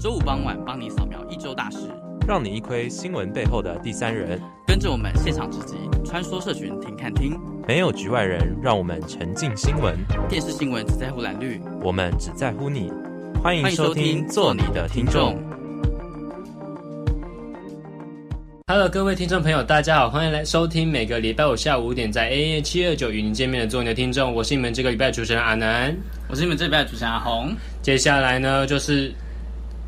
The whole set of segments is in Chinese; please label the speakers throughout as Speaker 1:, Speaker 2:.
Speaker 1: 周五傍晚帮你扫描一周大事，
Speaker 2: 让你一窥新闻背后的第三人，
Speaker 1: 跟着我们现场直击，穿梭社群，听看听。
Speaker 2: 没有局外人，让我们沉浸新闻，
Speaker 1: 电视新闻只在乎蓝绿，
Speaker 2: 我们只在乎你。欢迎
Speaker 1: 欢迎收
Speaker 2: 收
Speaker 1: 听
Speaker 2: 听
Speaker 1: 《
Speaker 2: 《
Speaker 1: 做
Speaker 2: 做
Speaker 1: 你
Speaker 2: 你
Speaker 1: 的
Speaker 2: 的
Speaker 1: 听
Speaker 2: 听
Speaker 1: 众
Speaker 2: 众》。》。
Speaker 3: Hello，各位听众朋友，大家好，欢迎来收听每个礼拜五下午五点在 AA 七二九与您见面的做你的听众，我是你们这个礼拜的主持人阿南。
Speaker 1: 我是你们这边的主持人阿红，
Speaker 3: 接下来呢，就是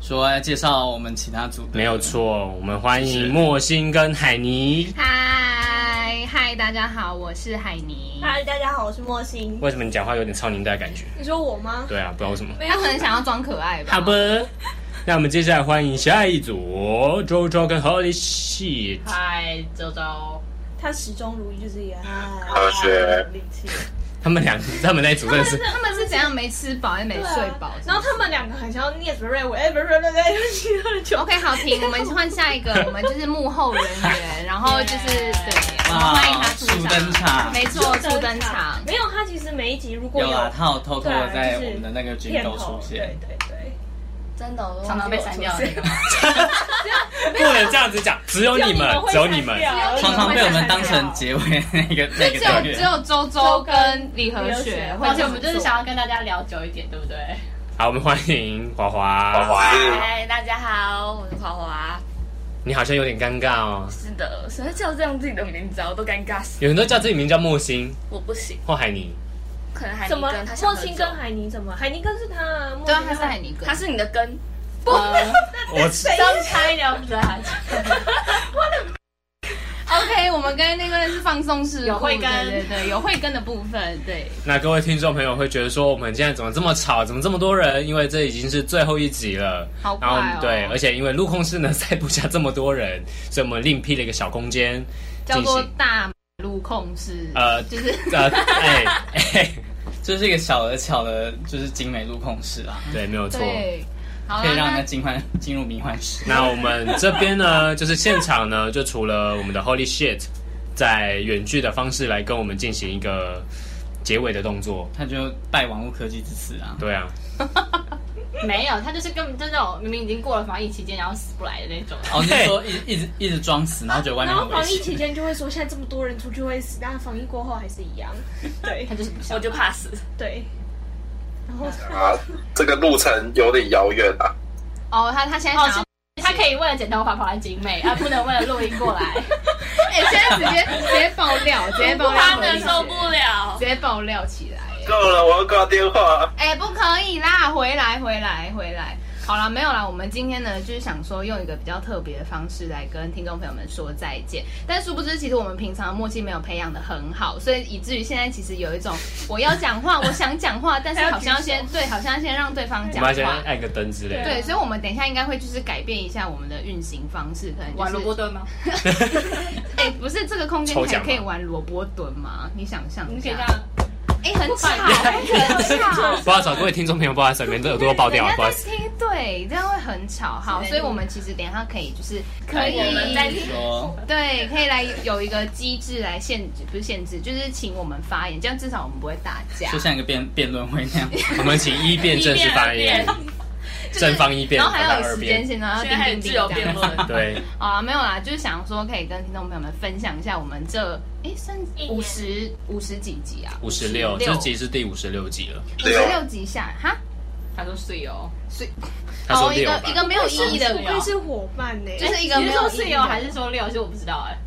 Speaker 1: 说要介绍我们其他组的
Speaker 3: 没有错，我们欢
Speaker 1: 是
Speaker 3: 迎莫欣跟海尼。
Speaker 4: 嗨嗨，大家好，我是海尼。
Speaker 5: 嗨，大家好，我是莫欣。
Speaker 3: 为什么你讲话有点超宁代的感觉？
Speaker 5: 你说我吗？
Speaker 3: 对啊，不知道为什么。
Speaker 5: 没
Speaker 4: 他可能想要装可爱吧？
Speaker 3: 好吧，那我们接下来欢迎下一组周周跟 Holy Shit。
Speaker 4: 嗨，周周，
Speaker 5: 他始终如一，就是也
Speaker 6: 科
Speaker 5: 科
Speaker 6: 学
Speaker 5: 力气，
Speaker 3: 他们两，他们那一组真 的是
Speaker 4: 他们是怎样没吃饱还是没
Speaker 5: 对啊
Speaker 4: 睡饱？
Speaker 5: 然后他们两个很像要念什么瑞文，哎，不是不是不是不是，就
Speaker 4: OK，好停，我们换下一个，我们就是幕后人员，然后就是对，然后欢迎他出
Speaker 1: 哇速登场
Speaker 4: 场，没错，初登场。
Speaker 5: 没有，他其实每一集如果
Speaker 1: 有啊，他有偷偷
Speaker 5: 对
Speaker 1: 的
Speaker 5: 啊
Speaker 1: 在
Speaker 5: 就是
Speaker 1: 我们的那个军
Speaker 5: 片
Speaker 1: 都
Speaker 5: 头
Speaker 1: 出，现
Speaker 5: 对，对对，
Speaker 4: 真的，我
Speaker 7: 常常被删
Speaker 4: 啊
Speaker 7: 掉的那个吗？
Speaker 3: 不能这样子讲，只有 啊你们，只有你们。
Speaker 5: 只有
Speaker 1: 常
Speaker 5: 你
Speaker 1: 常被我们当
Speaker 5: 会删
Speaker 1: 成
Speaker 5: 掉
Speaker 1: 结尾那 个
Speaker 4: 所
Speaker 1: 那
Speaker 4: 以
Speaker 1: 个
Speaker 4: 只
Speaker 1: 单
Speaker 4: 有
Speaker 1: 元
Speaker 4: 只。有周周跟李和雪会
Speaker 7: 而
Speaker 4: 这
Speaker 7: 且
Speaker 4: 样
Speaker 7: 我们就是想要跟大家聊久一点，对不对？
Speaker 3: 好，我们欢迎华
Speaker 6: 花
Speaker 3: 华。
Speaker 6: 花，
Speaker 7: 嗨，大家好，我是华华。
Speaker 3: 你好像有点尴尬哦，
Speaker 7: 是的，谁会叫这样自己的名字啊？我都尴尬死，
Speaker 3: 有人都叫自己名叫莫欣
Speaker 7: 我不行。
Speaker 3: 或海尼。
Speaker 7: 可能海
Speaker 5: 怎
Speaker 7: 尼
Speaker 5: 么
Speaker 7: 根，他？想
Speaker 5: 莫
Speaker 7: 喝
Speaker 5: 欣
Speaker 7: 酒
Speaker 5: 跟海尼怎么？海尼跟是他啊，莫
Speaker 4: 对
Speaker 5: 欣
Speaker 4: 啊，他是海尼哥
Speaker 7: 他，是你的根，
Speaker 5: 不是
Speaker 3: 我
Speaker 7: 张开两只眼睛。
Speaker 4: OK，我们跟那个是放松式
Speaker 7: 有慧根
Speaker 4: 对对对，有慧根的部分，对，
Speaker 3: 那各位听众朋友会觉得说，我们现在怎么这么吵，怎么这么多人？因为这已经是最后一集了。
Speaker 4: 好快哦
Speaker 3: 然后我们对，而且因为录控室呢塞不下这么多人，所以我们另辟了一个小空间
Speaker 4: 叫
Speaker 3: 进
Speaker 4: 做
Speaker 3: 行。
Speaker 4: 大路控室，
Speaker 3: 呃
Speaker 4: 就是
Speaker 3: 呃，哎哎，
Speaker 1: 就是一个小而巧的，就是精美路控室啊，
Speaker 3: 对，没有错。
Speaker 4: 对，好
Speaker 1: 可以
Speaker 4: 啦，
Speaker 1: 让人家
Speaker 4: 那
Speaker 1: 进幻进入迷幻室。
Speaker 3: 那我们这边呢，就是现场呢，就除了我们的 Holy Shit 在远距的方式来跟我们进行一个结尾的动作。
Speaker 1: 他就拜网络科技之赐啊，
Speaker 3: 对啊，
Speaker 7: 没有，他就是根本就那
Speaker 4: 哦
Speaker 7: 种明明已经过了防疫期间，然后死不来的那种。
Speaker 1: 哦，你是说一一直一直装死，然后觉得外面
Speaker 5: 然后
Speaker 1: 很危
Speaker 5: 防疫期
Speaker 1: 险。
Speaker 5: 间就会说，现在这么多人出去会死，但防疫过后还是一 样。对
Speaker 7: 他就是不想，我就怕死。
Speaker 5: 对，然后
Speaker 6: 啊，这个路程有点遥远啊。
Speaker 4: 哦，他他现在
Speaker 7: 哦，
Speaker 4: 想
Speaker 7: 是
Speaker 4: 要，
Speaker 7: 他可以为了剪头发跑来景美，啊，不能为了录音过来。
Speaker 4: 哎、现在直接 直接爆料，直接爆料，
Speaker 7: 他能受不，了。
Speaker 4: 直接爆料起来，
Speaker 6: 够了，我要挂电话。
Speaker 4: 哎、不可以啦，回来回来回来。好啦，没有啦。我们今天呢，就是想说用一个比较特别的方式来跟听众朋友们说再见。但殊不知，其实我们平常的默契没有培养的很好，所以以至于现在其实有一种我要讲话，我想讲话，但是好像要先对，好像要先让对方
Speaker 3: 我
Speaker 4: 讲
Speaker 3: 们
Speaker 4: 话。
Speaker 3: 要先按个灯之类的。
Speaker 4: 对，所以，我们等一下应该会就是改变一下我们的运行方式，可能
Speaker 7: 玩
Speaker 4: 就
Speaker 7: 萝
Speaker 4: 是
Speaker 7: 卜蹲吗？
Speaker 4: 哎、不是这个空间
Speaker 3: 抽
Speaker 4: 还
Speaker 3: 奖吗
Speaker 4: 可以玩萝卜蹲吗？你想象
Speaker 7: 你
Speaker 4: 一
Speaker 7: 可以
Speaker 4: 下
Speaker 7: 这，样。
Speaker 4: 哎、很吵， 很吵。
Speaker 3: 不好意思啊，各位听众朋友，不好意思啊，你们的耳朵都爆 掉了，不好
Speaker 4: 在
Speaker 3: 意思。
Speaker 4: 听，对，这样会很吵。好，
Speaker 7: 是
Speaker 4: 所以我们其实等一下可以就是可以
Speaker 7: 我们再听
Speaker 1: 说，
Speaker 4: 对，可以来有一个机制来限制，不是限制，就是请我们发言，这样至少我们不会打架
Speaker 1: 就。像一个辩辩论会那样。
Speaker 3: 我们请一辩正式发言，正方一辩，
Speaker 4: 然后还
Speaker 3: 反
Speaker 4: 有
Speaker 3: 方二
Speaker 4: 时间
Speaker 3: 辩。
Speaker 4: 线，然后
Speaker 7: 现
Speaker 4: 要
Speaker 7: 在
Speaker 4: 叮
Speaker 7: 很
Speaker 4: 叮
Speaker 7: 自
Speaker 4: 叮
Speaker 7: 由
Speaker 4: 这
Speaker 7: 辩
Speaker 4: 样。
Speaker 7: 论。
Speaker 3: 对，
Speaker 4: 好啊，没有啦，就是想说可以跟听众朋友们分享一下我们这哎算
Speaker 5: 一年
Speaker 4: 五十五十几集啊，
Speaker 3: 五十六，这
Speaker 4: 56
Speaker 3: 集是第五十六集了。
Speaker 4: 五十六集下哈，
Speaker 7: 他说是哦，
Speaker 3: 他说
Speaker 4: 哦一
Speaker 3: 六
Speaker 4: 个
Speaker 3: 吧
Speaker 4: 一，个没有意义的
Speaker 7: 不
Speaker 5: 不愧是伙伴呢、
Speaker 4: 就是一个
Speaker 7: 你
Speaker 4: 没
Speaker 7: 是
Speaker 4: 有
Speaker 7: 哎说
Speaker 4: 意
Speaker 7: 室
Speaker 4: 义
Speaker 7: 友
Speaker 4: 的
Speaker 7: 还是说六？其实我不知道哎、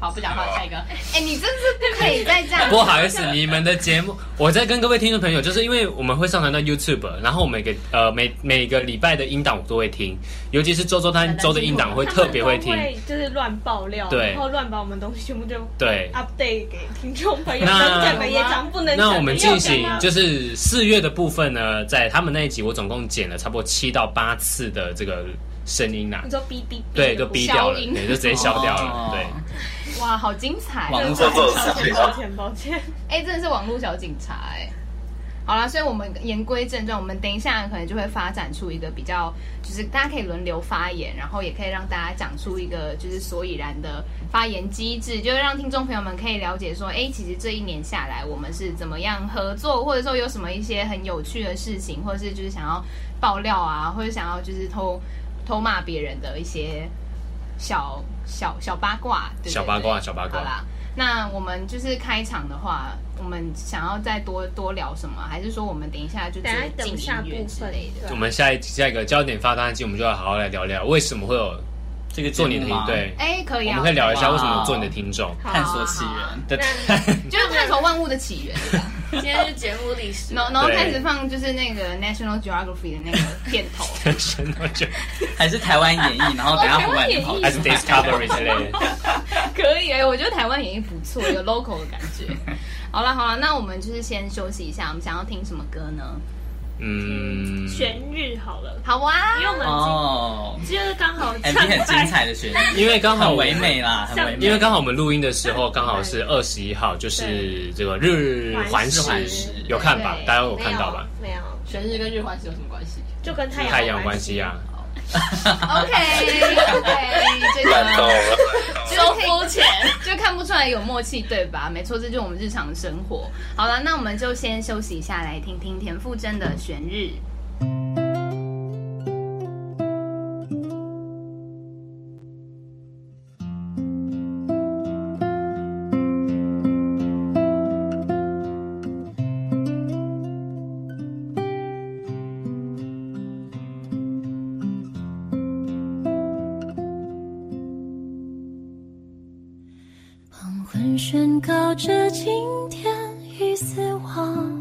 Speaker 7: 好，不讲话，下一个。
Speaker 4: 哎、你真是不可以再这样。
Speaker 3: 不好意思，你们的节目，我在跟各位听众朋友，就是因为我们会上传到 YouTube，然后每个呃每每个礼拜的音档我都会听，尤其是周周他周的音档会特别会 听
Speaker 5: 他。们都会就是乱爆料，
Speaker 3: 对
Speaker 5: 然后乱把我们东西全部就
Speaker 3: 对，
Speaker 5: update 给听众朋友，
Speaker 3: 那
Speaker 5: 但讲的也讲不能讲
Speaker 3: 那我们进
Speaker 5: 没
Speaker 3: 行
Speaker 5: 有讲啊
Speaker 3: 就是四月的部分呢，在他们那一集我总共剪了差不多七到八次的这个声音啦
Speaker 5: 你，说哔哔哔，
Speaker 3: 对，都逼掉了，
Speaker 4: 消音哦
Speaker 3: 对，就直接消掉了，对。
Speaker 4: 哇，好精彩！
Speaker 1: 网
Speaker 5: 对
Speaker 1: 络
Speaker 5: 抱
Speaker 1: 上
Speaker 5: 歉抱歉抱歉，
Speaker 4: 哎、真的是网络小警察哎、好啦，所以我们言归正传，我们等一下可能就会发展出一个比较，就是大家可以轮流发言，然后也可以让大家讲出一个就是所以然的发言机制，就是让听众朋友们可以了解说，哎，其实这一年下来我们是怎么样合作，或者说有什么一些很有趣的事情，或者是就是想要爆料啊，或者想要就是偷偷骂别人的一些小小小八卦，对对对
Speaker 3: 小八卦小八卦
Speaker 4: 好啦，那我们就是开场的话，我们想要再多多聊什么？还是说我们等一下就直
Speaker 5: 等下
Speaker 4: 接进
Speaker 5: 等下
Speaker 4: 音乐
Speaker 5: 部
Speaker 4: 之
Speaker 5: 分
Speaker 4: 类的？
Speaker 5: 对
Speaker 3: 我们下一下一个焦点发单机，我们就要好好来聊聊为什么会有
Speaker 1: 这个节
Speaker 3: 做
Speaker 1: 目
Speaker 3: 你的听
Speaker 1: 吗，
Speaker 3: 对，
Speaker 4: 哎，可以
Speaker 3: 我
Speaker 4: 啊，
Speaker 3: 们可以聊一下
Speaker 1: 哇
Speaker 3: 为什么做你的听众。
Speaker 4: 好啊
Speaker 1: 探索起源的
Speaker 5: 那
Speaker 4: 就是探索万物的起 源，
Speaker 8: 今天是节目历 史，
Speaker 4: 然后然后
Speaker 3: 对
Speaker 4: 开始放就是那个 National Geography 的那个片 头，
Speaker 3: 真的就
Speaker 1: 还是台湾演绎，然后等一下胡兰就跑
Speaker 3: 还
Speaker 1: 出
Speaker 3: 是
Speaker 1: 来。
Speaker 3: Discovery 之类的，
Speaker 4: 可以哎、我觉得台湾演绎不错，有 local 的感 觉。好了好了，那我们就是先休息一下，我们想要听什么歌呢？
Speaker 3: 嗯，
Speaker 5: 全日好了，
Speaker 4: 好啊
Speaker 5: 因，为我们
Speaker 1: 哦
Speaker 5: 今就是刚好
Speaker 3: 哎
Speaker 1: ，MV
Speaker 5: 唱
Speaker 1: 很精
Speaker 5: 在
Speaker 1: 彩的旋律，
Speaker 3: 因为刚好
Speaker 1: 很唯美啦，很唯美。
Speaker 3: 因为刚好我们录音的时候刚好是二十一号，就是这个日环
Speaker 1: 日环
Speaker 3: 食
Speaker 1: 食，
Speaker 3: 有看吧
Speaker 4: 对？
Speaker 3: 大家有看到吧？
Speaker 5: 没有，
Speaker 7: 全日跟日环食有什么关系？
Speaker 5: 就跟太阳
Speaker 3: 太阳关系啊，
Speaker 4: ，OK OK，这
Speaker 6: 烂透
Speaker 4: 个。
Speaker 6: 了。
Speaker 4: 收肤浅，就看不出来有默契，对吧？没错，这就是我们日常生活。好了，那我们就先休息一下，来听听田馥甄的《旋日》。
Speaker 9: 黄昏宣告着今天已死亡，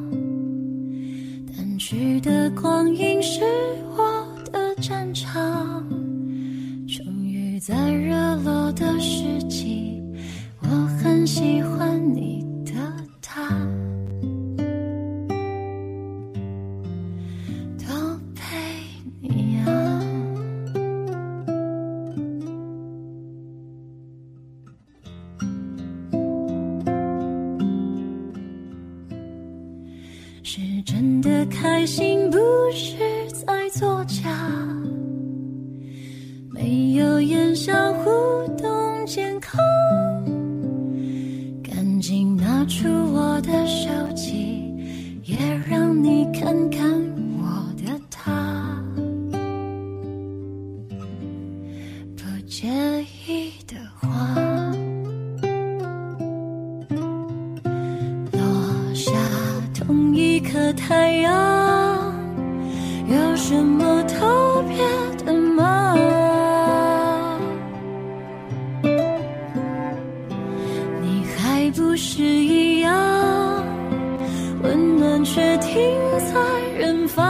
Speaker 9: 淡去的光阴是我的战场。终于在热落的时机，我很喜欢你的他。多陪你啊。是真的开心，不是在作假。没有烟消互动健康，赶紧拿出我的手机，也让你看看我的他。不介意的话，落下同一颗太阳，有什么特别的吗？你还不是一样，温暖却停在远方。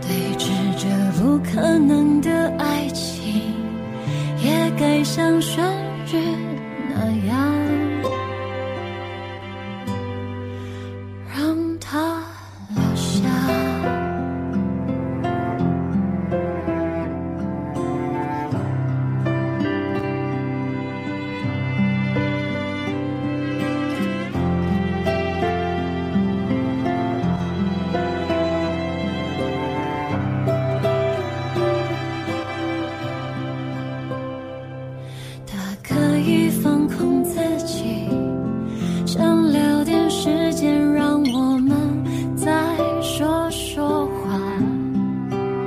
Speaker 9: 对峙着不可能的爱情。也该像旋律那样，让它落下。他可以放空自己，想留点时间让我们再说说话。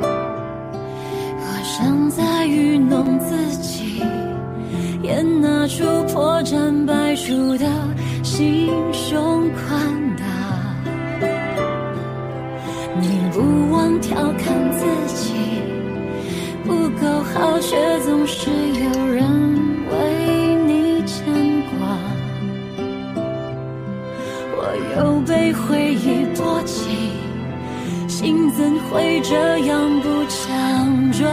Speaker 9: 我想再愚弄自己，也拿出破绽百出的心胸宽大。你不忘调侃自己。不够好，却总是有人为你牵挂。我又被回忆波及，心怎会这样不强壮？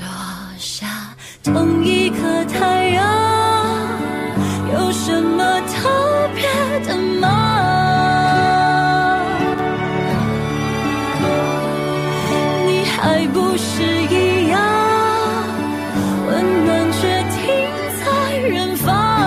Speaker 9: 落下同一颗太阳，有什么特别的吗？你还不是一样，温暖却停在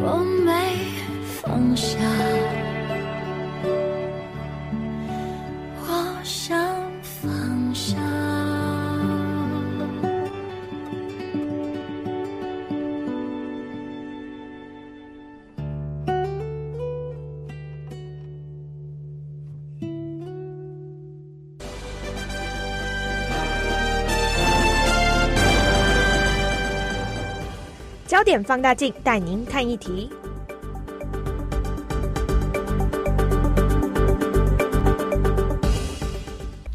Speaker 9: 我没放下。我想放下。
Speaker 10: 焦点放大镜带您看一题。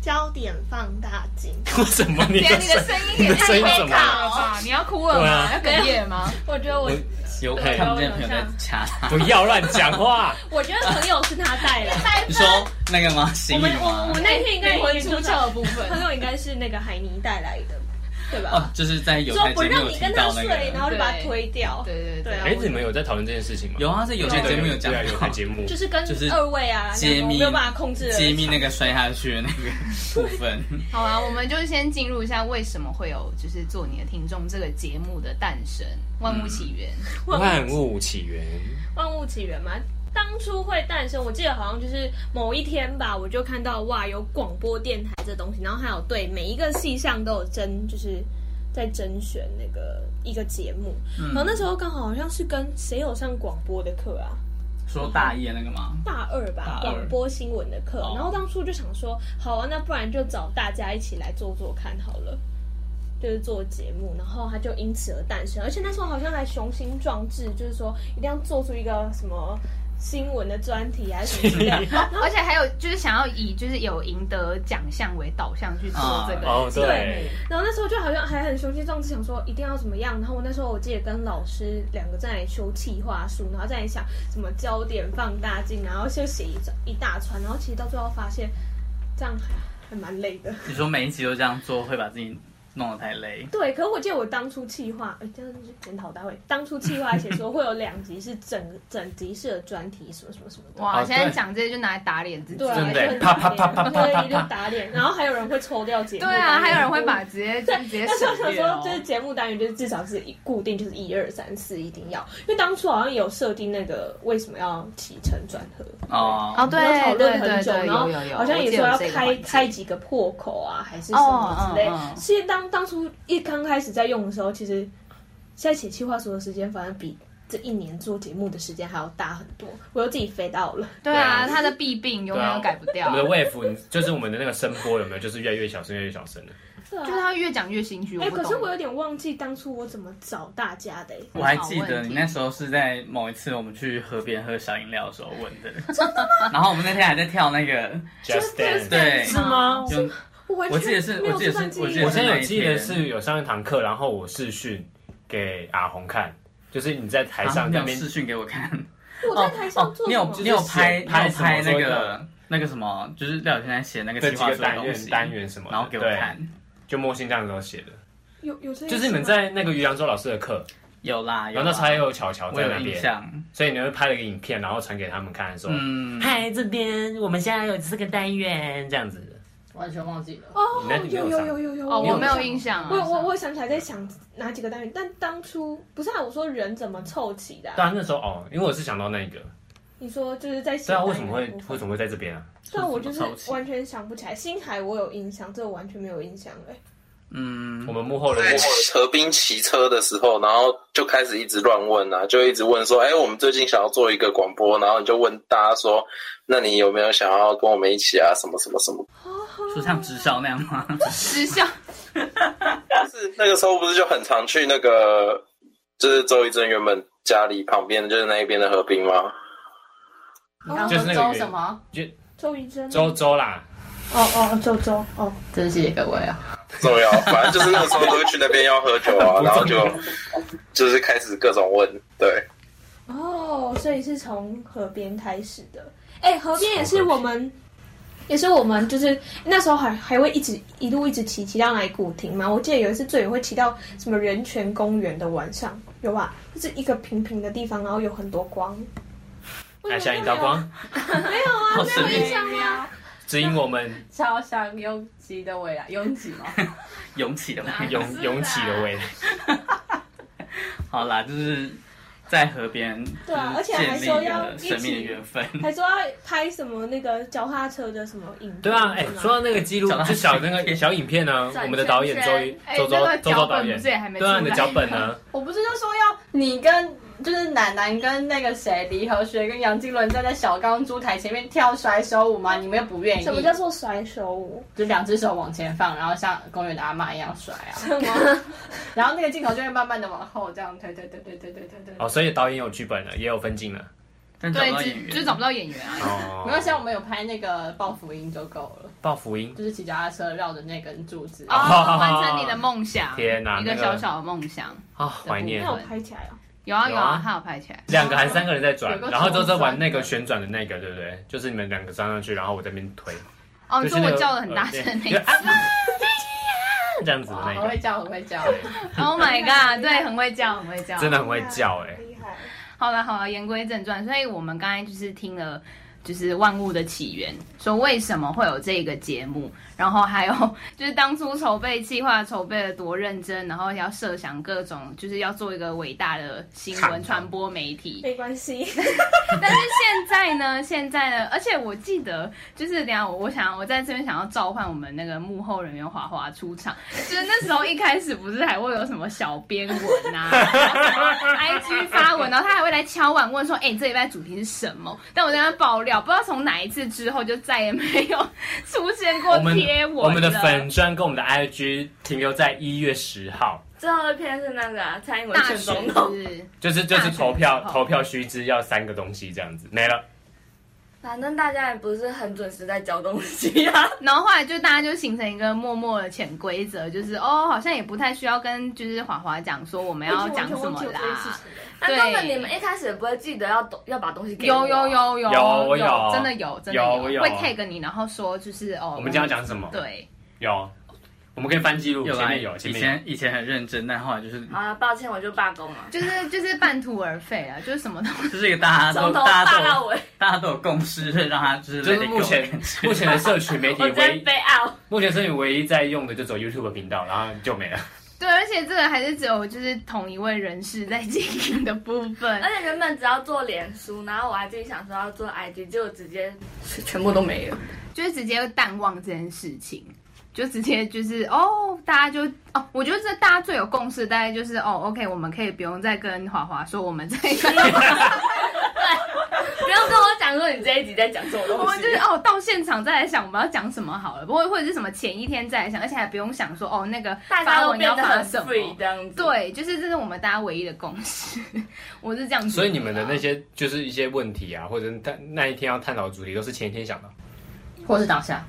Speaker 5: 焦点放大镜，
Speaker 3: 为什么你
Speaker 4: 等一下你
Speaker 3: 的
Speaker 4: 的
Speaker 3: 声
Speaker 4: 声音
Speaker 3: 你
Speaker 4: 也
Speaker 3: 的
Speaker 4: 太
Speaker 3: 声音
Speaker 4: 尴
Speaker 3: 怎
Speaker 4: 尬
Speaker 3: 么
Speaker 4: 了
Speaker 3: 了？
Speaker 4: 吧？你要哭了
Speaker 3: 对
Speaker 4: 吗？
Speaker 3: 啊
Speaker 4: 要哽咽吗？
Speaker 7: 我觉得我
Speaker 1: 我有我看不见朋友在掐他。
Speaker 3: 不要乱讲话！
Speaker 7: 我觉得朋友是他带的，
Speaker 1: 你说那个吗？行
Speaker 7: 我们
Speaker 1: 李
Speaker 7: 我
Speaker 1: 吗
Speaker 7: 我？那天应该
Speaker 5: 灵魂出窍
Speaker 7: 的部
Speaker 5: 朋
Speaker 7: 分，
Speaker 5: 友应该是那个海尼带来的，对吧？
Speaker 1: 哦，就是在有
Speaker 5: 说
Speaker 1: 台
Speaker 5: 不
Speaker 1: 节目
Speaker 5: 让
Speaker 1: 有
Speaker 5: 你
Speaker 1: 提
Speaker 5: 跟他
Speaker 1: 到那
Speaker 5: 睡，然
Speaker 1: 个，
Speaker 5: 后就把他推掉。
Speaker 4: 对对
Speaker 5: 对
Speaker 4: 对，
Speaker 5: 啊，
Speaker 3: 哎，
Speaker 5: 我
Speaker 3: 你们有在讨论这件事情吗？
Speaker 1: 有啊，在有
Speaker 3: 对
Speaker 1: 台
Speaker 3: 啊，
Speaker 1: 节目有讲
Speaker 3: 对啊有
Speaker 1: 过
Speaker 3: 台。节目，
Speaker 5: 就是跟
Speaker 1: 就是
Speaker 5: 二位啊，
Speaker 1: 揭秘
Speaker 5: 没有办法控制的
Speaker 1: 揭秘那个摔下去的那个部分，
Speaker 4: 好啊，我们就先进入一下为什么会有就是做你的听众这个节目的诞生，《万物起源》
Speaker 3: 万物起源，
Speaker 5: 万物起源嘛。当初会诞生，我记得好像就是某一天吧，我就看到哇，有广播电台这东西，然后还有对每一个系上都有甄，就是在甄选那个一个节目。然后那时候刚好好像是跟谁有上广播的课啊？
Speaker 1: 说大意的那个吗？
Speaker 5: 大二吧
Speaker 1: 大，二
Speaker 5: 广播新闻的课
Speaker 1: 哦。
Speaker 5: 然后当初就想说，好啊，那不然就找大家一起来做做看好了，就是做节目。然后它就因此而诞生，而且那时候好像还雄心壮志，就是说一定要做出一个什么新闻的专题还是什么之类 的。
Speaker 4: 嗯而且还有就是想要以就是有赢得奖项为导向去做这个。
Speaker 3: 哦，对
Speaker 5: 对，然后那时候就好像还很雄心壮志，想说一定要怎么样。然后我那时候我记得跟老师两个在那里修企划书，然后在那里想什么焦点放大镜，然后就写一整一大串。然后其实到最后发现，这样还还蛮累的。
Speaker 1: 你说每一集都这样做，会把自己弄得太累。
Speaker 5: 对，可是我记得我当初企划，哎，这样就是检讨大会。当初企划写说会有两集是整整集式的专题，什么什么什么的。
Speaker 4: 哇，
Speaker 3: 哦
Speaker 4: 现在讲这些就拿来打脸自己。
Speaker 5: 对啊，
Speaker 3: 真的
Speaker 5: 就很
Speaker 3: 啪
Speaker 5: 打
Speaker 3: 啪啪啪
Speaker 5: 脸
Speaker 3: 啪啪
Speaker 5: 对，就打脸。然后还有人会抽掉节目
Speaker 4: 对
Speaker 5: 单元，
Speaker 4: 啊，还有人会把直接就是直 接
Speaker 5: 但是我
Speaker 4: 省
Speaker 5: 想
Speaker 4: 略
Speaker 5: 说
Speaker 4: 哦，
Speaker 5: 就是节目单元就是至少是一固定，就是一二三四一定要，因为当初好像有设定那个为什么要起承转合。
Speaker 1: 哦，
Speaker 4: 哦，对
Speaker 5: 然后讨
Speaker 4: 对
Speaker 5: 论
Speaker 4: 对
Speaker 5: 很久，
Speaker 4: 对，
Speaker 5: 然
Speaker 4: 有
Speaker 5: 后
Speaker 4: 有有，
Speaker 5: 好像也说要开开
Speaker 4: 机。
Speaker 5: 几个破口啊，还是什么之类
Speaker 4: 哦嗯嗯。嗯
Speaker 5: 其实当当初一刚开始在用的时候，其实现在写企划书的时间，反而比这一年做节目的时间还要大很多。我又自己飞到了，
Speaker 4: 对啊，他的弊病永远都改不掉
Speaker 3: 我，们的 wave 你就是我们的那个声波有没有，就是越来越小声，越来越小声了。
Speaker 5: 对
Speaker 4: 就是他越讲越心虚。
Speaker 5: 哎、
Speaker 4: 我不
Speaker 5: 可
Speaker 4: 懂
Speaker 5: 是我有点忘记当初我怎么找大家的、
Speaker 1: 我还记得你那时候是在某一次我们去河边喝小饮料的时候问的， 然后我们那天还在跳那 个，
Speaker 3: Just
Speaker 5: 就是
Speaker 3: dance，
Speaker 1: 对，
Speaker 5: 是吗？
Speaker 1: 就
Speaker 5: 我完
Speaker 1: 我记得是
Speaker 5: 没有
Speaker 1: 我记得是
Speaker 5: 这段记忆
Speaker 1: 我记得
Speaker 3: 我
Speaker 1: 是
Speaker 3: 现在有记得是有上一堂课，然后我视讯给阿红看，就是你在台
Speaker 1: 然后
Speaker 3: 上
Speaker 1: 啊你
Speaker 3: 那
Speaker 1: 有
Speaker 3: 边
Speaker 1: 视讯给我看，
Speaker 5: 我在台上做
Speaker 1: 你
Speaker 5: 什
Speaker 1: 有
Speaker 5: 么？
Speaker 1: 你有拍
Speaker 3: 就是
Speaker 1: 你
Speaker 3: 写
Speaker 1: 有拍那
Speaker 3: 拍什么说
Speaker 1: 个那个什么，就是廖现在写那个
Speaker 3: 这
Speaker 1: 计
Speaker 3: 几
Speaker 1: 划
Speaker 3: 个
Speaker 1: 书的
Speaker 3: 单
Speaker 1: 东
Speaker 3: 元
Speaker 1: 西，
Speaker 3: 单元什么的，
Speaker 1: 然后给我
Speaker 3: 对，
Speaker 1: 看，
Speaker 3: 就莫信这样子写的，
Speaker 5: 有有这件事吗
Speaker 3: 就是你们在那个于扬州老师的课，
Speaker 1: 有啦，
Speaker 3: 然
Speaker 1: 有
Speaker 3: 后那
Speaker 1: 啦
Speaker 3: 时候还有巧巧
Speaker 1: 我
Speaker 3: 在
Speaker 1: 有
Speaker 3: 那
Speaker 1: 印
Speaker 3: 边，
Speaker 1: 象，
Speaker 3: 所以你会拍了一个影片，然后传给他们看，说
Speaker 1: 嗯，
Speaker 3: 嗨，这边我们现在有这个单元这样子。
Speaker 7: 完全忘记了。
Speaker 5: 哦
Speaker 3: 你那，里
Speaker 5: 有
Speaker 3: 没
Speaker 5: 有
Speaker 3: 有上
Speaker 5: 有有有，
Speaker 4: 哦，我没有
Speaker 5: 印
Speaker 4: 印象啊。
Speaker 5: 我我我想起来在想哪几个单元，但当初不是啊，我说人怎么凑齐的啊、
Speaker 3: 对啊，那时候哦，因为我是想到那个，
Speaker 5: 你说就是在
Speaker 3: 对
Speaker 5: 写
Speaker 3: 啊，
Speaker 5: 单元
Speaker 3: 为什么会
Speaker 5: 的部分
Speaker 3: 为什么会在这边啊？
Speaker 5: 但我就是
Speaker 1: 凑齐
Speaker 5: 完全想不起来。星海我有印象，这我完全没有印象哎、
Speaker 1: 嗯
Speaker 3: 我，们幕后的
Speaker 6: 在
Speaker 3: 幕后
Speaker 6: 河滨骑车的时候，然后就开始一直乱问啊，就一直问说，哎、我们最近想要做一个广播，然后你就问大家说，那你有没有想要跟我们一起啊？什么什么什么？
Speaker 1: 说像直销那样吗？
Speaker 4: 时效
Speaker 6: 但是那个时候不是就很常去那个，就是周一珍原本家里旁边就是那一边的河滨吗？
Speaker 7: 你刚
Speaker 3: 就是
Speaker 7: 说
Speaker 3: 那个
Speaker 7: 周
Speaker 3: 原
Speaker 7: 什么？
Speaker 5: 周瑜珍，
Speaker 3: 周周啦，，
Speaker 5: 哦哦周周哦，
Speaker 7: 真谢谢各位啊！
Speaker 6: 重要，反正就是那个时候都会去那边要喝酒啊 然后就就是开始各种问，对，
Speaker 5: 哦，所以是从河边开始的。哎、河边也是我们，也是我们，就是那时候还还会一直一路一直骑骑到哪里古亭嘛。我记得有一次最远会骑到什么人权公园的晚上，有吧？就是一个平平的地方，然后有很多光。
Speaker 3: 来下一道光，
Speaker 1: 好神秘，
Speaker 5: 啊
Speaker 3: 指引我们
Speaker 7: 超想拥挤的未来，拥挤吗？
Speaker 1: 涌起的味道。
Speaker 3: 涌涌起的未来。
Speaker 1: 好啦，就是在河边
Speaker 5: 对啊而
Speaker 1: 就是
Speaker 5: 且还
Speaker 1: 建立
Speaker 5: 说
Speaker 1: 一
Speaker 5: 要
Speaker 1: 个生命的缘分。
Speaker 5: 还说要拍什么那个脚踏车的什么影片？
Speaker 3: 对
Speaker 4: 嗯
Speaker 3: 啊，哎、说到那个记录
Speaker 1: 讲到，
Speaker 3: 就小那个小影片呢、
Speaker 7: 转
Speaker 3: 我们的导演周
Speaker 7: 圈
Speaker 3: 一
Speaker 7: 圈
Speaker 4: 哎
Speaker 3: 周周
Speaker 4: 那个
Speaker 3: 周
Speaker 4: 脚
Speaker 3: 周
Speaker 4: 本
Speaker 3: 导演
Speaker 4: 不是也还没
Speaker 3: 对啊，
Speaker 4: 出
Speaker 3: 你的
Speaker 4: 来
Speaker 3: 脚本 呢？
Speaker 7: 我不是就说要你跟就是奶奶跟那个谁李和学跟杨金伦站在小钢珠台前面跳甩手舞吗？你们又不愿意，
Speaker 5: 什么叫做甩手舞？
Speaker 7: 就两只手往前放，然后像公园的阿嬷一样甩啊，
Speaker 5: 什么？
Speaker 7: 然后那个镜头就会慢慢的往后这样推推推推推推推推。
Speaker 3: 哦，所以导演有剧本了，也有分镜了。
Speaker 1: 但找不到演
Speaker 4: 对，
Speaker 1: 员，
Speaker 4: 只就是找不到演员啊。
Speaker 3: 哦，
Speaker 7: 没关系啊，我们有拍那个报福音就够了，
Speaker 3: 报福音，
Speaker 7: 就是骑脚踏车绕着那根柱子。
Speaker 4: 哦，
Speaker 3: 哦
Speaker 4: 完成你的梦想，
Speaker 3: 天哪
Speaker 4: 一个
Speaker 3: 那个
Speaker 4: 小小的梦想。
Speaker 3: 啊，怀念
Speaker 5: 那。我拍起来啊！
Speaker 4: 有啊
Speaker 3: 有
Speaker 4: 有
Speaker 3: 啊
Speaker 4: 啊，他有拍起来。
Speaker 3: 两个还是三个人在转
Speaker 7: 有，个
Speaker 3: 然后
Speaker 7: 头
Speaker 3: 周周玩
Speaker 7: 转
Speaker 3: 那个
Speaker 7: 的
Speaker 3: 旋转的那个，对不对？就是你们两个站上去，然后我这边推，
Speaker 4: 哦，你
Speaker 3: 就
Speaker 4: 说
Speaker 3: 是那
Speaker 4: 我
Speaker 3: 个
Speaker 4: 叫的很大声
Speaker 3: 呃
Speaker 4: 那
Speaker 3: 就
Speaker 4: 个。
Speaker 3: 啊啊这样子的那
Speaker 7: 很啊会
Speaker 3: 个，
Speaker 7: 叫，很会叫。
Speaker 4: Oh my god，对，很会叫，很会叫。
Speaker 3: 真的很会叫哎、
Speaker 5: 厉害！
Speaker 4: 好了好了，言归正传，所以我们刚才就是听了。就是万物的起源，说为什么会有这个节目，然后还有 就是当初筹备计划筹备的多认真，然后要设想各种，就是要做一个伟大的新
Speaker 3: 看
Speaker 4: 闻
Speaker 3: 看
Speaker 4: 传播媒体。
Speaker 5: 没关系，
Speaker 4: 但是现在呢，现在呢，而且我记得，就是等一下我我想我在这边想要召唤我们那个幕后人员华华出场，就是那时候一开始不是还会有什么小编文啊然后什么，IG 发文，然后他还会来敲碗问说，哎、这礼拜主题是什么？但我在那爆料，不知道从哪一次之后就再也没有出现过
Speaker 3: 我们
Speaker 4: 贴文
Speaker 3: 我们的
Speaker 4: 了
Speaker 3: 粉砖跟我们的 IG 停留在一月十号，
Speaker 8: 最后一篇是那个啊蔡英文
Speaker 4: 大
Speaker 8: 选
Speaker 4: 学
Speaker 8: 总
Speaker 4: 是
Speaker 8: 统
Speaker 4: 不，是
Speaker 3: 就是就
Speaker 4: 大
Speaker 3: 是
Speaker 4: 选
Speaker 3: 投票
Speaker 4: 之后哦
Speaker 3: 投票须知要三个东西这样子没了。
Speaker 8: 反正大家也不是很准时在交东西啊。
Speaker 4: 然后后来就大家就形成一个默默的潜规则，就是哦，好像也不太需要跟就是华华讲说我们要讲什么啦。
Speaker 8: 那
Speaker 4: 对
Speaker 8: 根本你们一开始也不会记得要懂要把东西给
Speaker 4: 有
Speaker 8: 我
Speaker 4: 有有有
Speaker 3: 有我有
Speaker 4: 有，真的有真的
Speaker 3: 有我有
Speaker 4: 会 tag 你，然后说就是哦，
Speaker 3: 我们今天要讲什么？
Speaker 4: 对，
Speaker 3: 有，我们可以翻记录，
Speaker 1: 有
Speaker 3: 前
Speaker 1: 啊，
Speaker 3: 面有，前
Speaker 1: 以
Speaker 3: 面有。
Speaker 1: 前以前很认真，但后来就是
Speaker 8: 啊，抱歉，我就罢工了。
Speaker 4: 就是就是半途而废啊， 就是什么都
Speaker 1: 这是一个大家
Speaker 8: 从
Speaker 1: 都
Speaker 8: 头
Speaker 1: 大家
Speaker 8: 罢
Speaker 1: 都
Speaker 8: 到
Speaker 1: 有
Speaker 8: 尾，
Speaker 1: 大家都有共识，所以让他就是
Speaker 3: 就是
Speaker 1: let it
Speaker 3: 目
Speaker 1: go
Speaker 3: 前
Speaker 1: 的 感觉
Speaker 3: 目前的社群媒体
Speaker 8: 我
Speaker 3: 唯
Speaker 8: 真
Speaker 3: 一，
Speaker 8: 被 out。
Speaker 3: 目前社群唯一在用的就只有 YouTube 频道，然后就没了。
Speaker 4: 对，而且这个还是只有就是同一位人士在经营的部 分
Speaker 8: 而。且原本只要做脸书，然后我还自己想说要做 IG，结果直接全部都没 有。
Speaker 4: 就是直接淡忘这件事情，就直接就是哦，大家就哦，我觉得这大家最有共识，大概就是哦，OK，我们可以不用再跟华华说我 们这个，
Speaker 8: 不要跟我讲说你这一集在讲什么
Speaker 4: 我
Speaker 8: 东
Speaker 4: 们就是
Speaker 8: 西。
Speaker 4: 哦，到现场再来想我们要讲什么好了，不会或者是什么前一天再来想，而且还不用想说哦那个
Speaker 8: 大家
Speaker 4: 发
Speaker 8: 都
Speaker 4: 文要
Speaker 8: 变得
Speaker 4: 发
Speaker 8: 很
Speaker 4: 什么。
Speaker 8: free 这样子，，
Speaker 4: 对，就是这是我们大家唯一的共识，我是这样觉得啊。
Speaker 3: 所以你们的那些就是一些问题啊，或者那那一天要探讨的主题，都是前一天想的。
Speaker 7: 或是当下，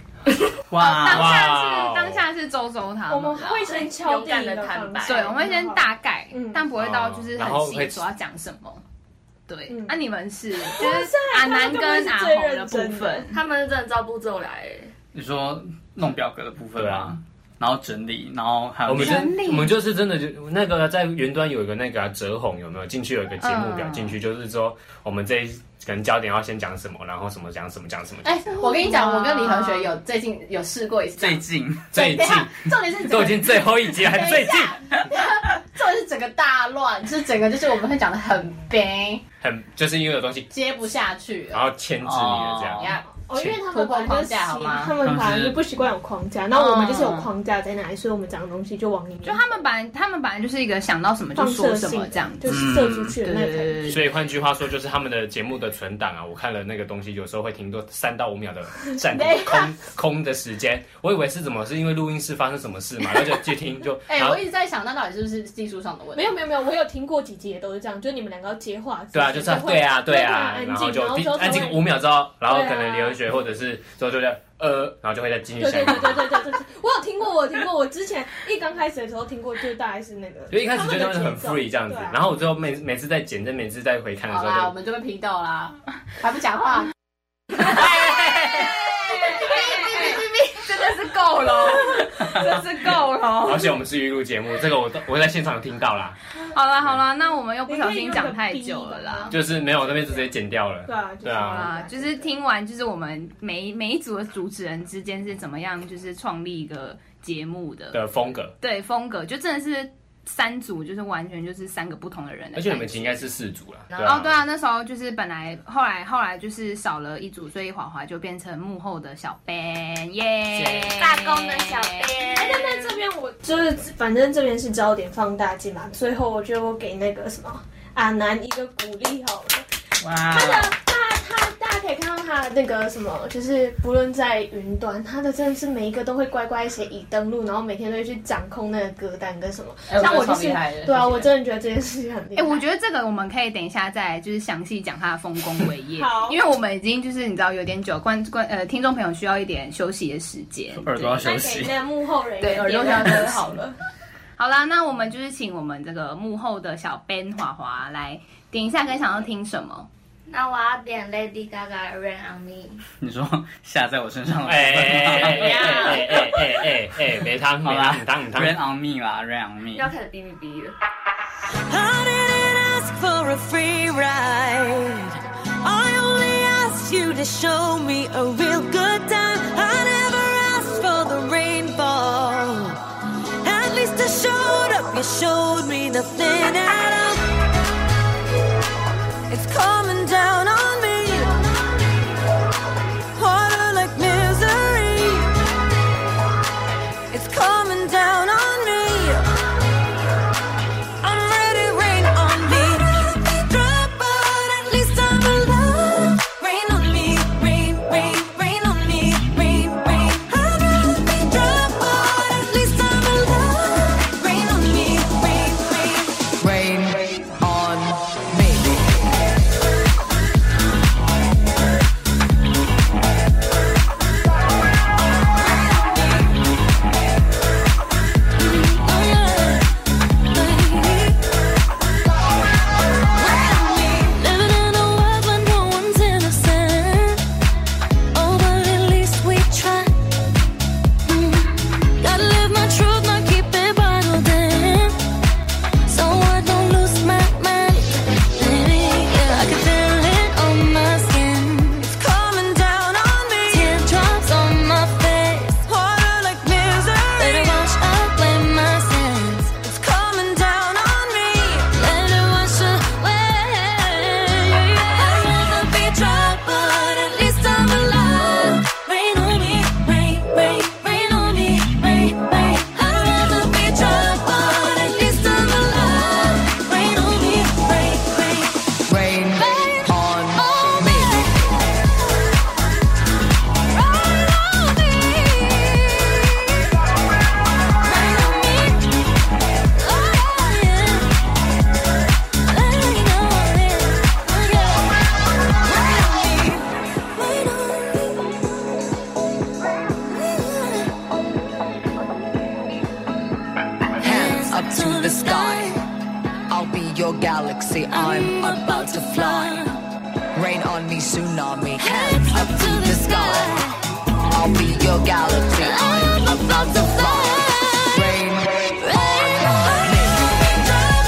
Speaker 1: 哇
Speaker 4: 当
Speaker 1: 哇，
Speaker 4: 下
Speaker 3: 哇哦
Speaker 4: 是当下是周周他们，
Speaker 5: 我们会先敲定一个方式
Speaker 4: 对，我们会先大概，
Speaker 5: 嗯
Speaker 4: 但不会到就是
Speaker 3: 哦然后
Speaker 4: 很
Speaker 3: 会
Speaker 4: 细说要讲什么。对，那、
Speaker 5: 嗯
Speaker 4: 你们是就是阿南跟阿红的部分，
Speaker 8: 他们是真的照顾周来、欸，
Speaker 1: 你说弄表格的部分
Speaker 3: 对啊
Speaker 1: 吗？然后整理，然后还有
Speaker 3: 我们就
Speaker 1: 那个
Speaker 4: 整理
Speaker 3: 我们就是真的就那个在云端有一个那个啊折红有没有进去有一个节目表
Speaker 4: 嗯
Speaker 3: 进去，就是说我们这一可能焦点要先讲什么，然后什么讲什么讲什么。
Speaker 7: 哎，我跟你讲，我跟李和学有最近有试过一次这
Speaker 1: 最
Speaker 7: 样，
Speaker 1: 近
Speaker 3: 最近
Speaker 7: 等一下重点是整
Speaker 3: 都已
Speaker 7: 个
Speaker 3: 经最后一集了，还最近
Speaker 7: 重点是整个大乱，就是整个就是我们会讲的很悲，
Speaker 3: 很就是因为有东西，
Speaker 7: 接不下去
Speaker 3: 然
Speaker 7: 了。
Speaker 3: 后牵制你了这
Speaker 1: 哦
Speaker 3: 样。
Speaker 7: 呀，
Speaker 5: 哦，因为他们本来就习他们本来就不习惯有框架，然后我们就是有框架在那里，所以我们讲的东西就往里面
Speaker 4: 就他们本来他们本来就是一个想到什么就
Speaker 5: 放
Speaker 4: 说
Speaker 5: 射
Speaker 4: 什
Speaker 5: 性
Speaker 4: 么
Speaker 5: 的
Speaker 4: 这样子，
Speaker 5: 就是射出去的
Speaker 4: 对
Speaker 5: 那
Speaker 4: 对
Speaker 5: 个感觉。
Speaker 4: 对对。
Speaker 3: 所以换句话说，就是他们的节目的存档啊，我看了那个东西，有时候会停多三到五秒的暂停空空的时间。我以为是怎么是因为录音室发生什么事嘛，然后就接听就，
Speaker 7: 哎，
Speaker 3: 然后
Speaker 7: 我一直在想，那到底是不是技术上的问题？
Speaker 5: 没有没有没有，我有听过几集也都是这样，就是你们两个要接话，
Speaker 3: 对啊，就是对啊对啊，
Speaker 5: 然
Speaker 3: 然后
Speaker 5: 后
Speaker 3: 就
Speaker 5: 就
Speaker 3: 听安静五秒之后，然后可能留学或者是之后就在呃，然后就会再进去
Speaker 5: 对
Speaker 3: 下一
Speaker 5: 对
Speaker 3: 个
Speaker 5: 对。对对对对对，我有听过，我有听过，我之前一刚开始的时候听过，就大概是那个，
Speaker 3: 就一开始觉得他们很 free 这样子，然
Speaker 5: 后
Speaker 3: 后我最后每每次在剪，这每次在回看的
Speaker 7: 好
Speaker 3: 时
Speaker 7: 啦，
Speaker 3: 候
Speaker 7: 我
Speaker 3: 就，
Speaker 7: 们就被批斗啦，还不讲话，
Speaker 4: 真的是够了哦，真是够了哦。
Speaker 3: 而且我们是预录节目，这个我都我在现场有听到啦，
Speaker 4: 好了好了，那我们又不小心讲太久了啦。
Speaker 3: 就是没有那边就直接剪掉了。
Speaker 5: 对啊
Speaker 3: 对啊
Speaker 4: 好啦，就是听完就是我们每每一组的主持人之间是怎么样，就是创立一个节目的。
Speaker 3: 的风格，
Speaker 4: 对风格，就真的是三组就是完全就是三个不同的人的
Speaker 1: 而
Speaker 4: 感
Speaker 1: 且
Speaker 4: 觉。
Speaker 1: 你们应该是四组啦，对
Speaker 4: 哦，
Speaker 1: 啊，
Speaker 4: 对啊，那时候就是本来后来后来就是少了一组，所以华华就变成幕后的小 Ben，耶、
Speaker 11: 大功能小。编，
Speaker 5: 但这边我就是，反正这边是焦点放大镜嘛。最后我觉得我给那个什么阿南一个鼓励好了。
Speaker 9: 哇，
Speaker 1: 啊
Speaker 5: 他的他他大家可以看到他的那个什么，就是不论在云端，他的真的是每一个都会乖乖写已登录，然后每天都会去掌控那个歌单跟什么。
Speaker 7: 哎我
Speaker 5: 像我就
Speaker 7: 觉得
Speaker 5: 是
Speaker 7: 超厉害的
Speaker 5: 对啊，
Speaker 7: 谢谢
Speaker 5: 我真的觉得这件事情很厉
Speaker 4: 哎、
Speaker 5: 害。，
Speaker 4: 我觉得这个我们可以等一下再就是详细讲他的丰功伟业
Speaker 5: 好
Speaker 4: 因为我们已经就是你知道有点久，观观呃听众朋友需要一点休息的时间。
Speaker 9: 耳朵要休
Speaker 5: 那给
Speaker 9: 息。
Speaker 5: 那幕后人
Speaker 4: 对耳
Speaker 5: 要
Speaker 4: 朵要休息
Speaker 5: 好了。
Speaker 4: 好啦，那我们就是请我们这个幕后的小 Ben 华华来点一下，跟想要听什么？
Speaker 11: 那我要点 Lady Gaga 的 Rain on Me。
Speaker 9: 你说下在我身上的
Speaker 1: 哎
Speaker 9: 部
Speaker 1: 哎哎哎哎哎哎哎哎，没汤没
Speaker 9: 好啦
Speaker 1: 汤没汤没
Speaker 9: 分。，Rain on
Speaker 1: 汤
Speaker 9: me 啦，Rain on
Speaker 11: 要
Speaker 9: me。
Speaker 11: 开始哔哔哔了。
Speaker 8: I didn't ask for a free ride. I only asked you to show me a real good time. I never asked for the rainfall. At least I showed up. You showed me nothing at all. It's coming down on me. Harder like misery. It's coming down on me. I'm ready, rain on me. Drop out, at least I'm alive. Rain on me, rain, rain, rain on me, rain, rain. I'd rather be drop out, at least I'm alive. Rain on me, rain, rain, rain on me. Oh yeah. Living in a world where no one's innocent. Oh, but at least we try. Gotta live my truth, not keep it bottled in, so I don't lose my mind. I can feel it on my skin. It's coming down on me. Teardrops on my face, water like misery. Let it wash away my sins. It's coming down on me. Let it wash away. I'd rather be drunk, but at least I'm alive. Rain on me, rain, rain, rain on me, rain, rain. I'd rather be drunk, but at least I'm alive. Rain on me, rain, rain, rain, rain on me. Hands up to the sky.
Speaker 12: I'll be your galaxy. I'm about to fly. Rain on me, tsunami. Hands up to the sky. I'll be your galaxy. I'm about to fly. Rain, rain on me.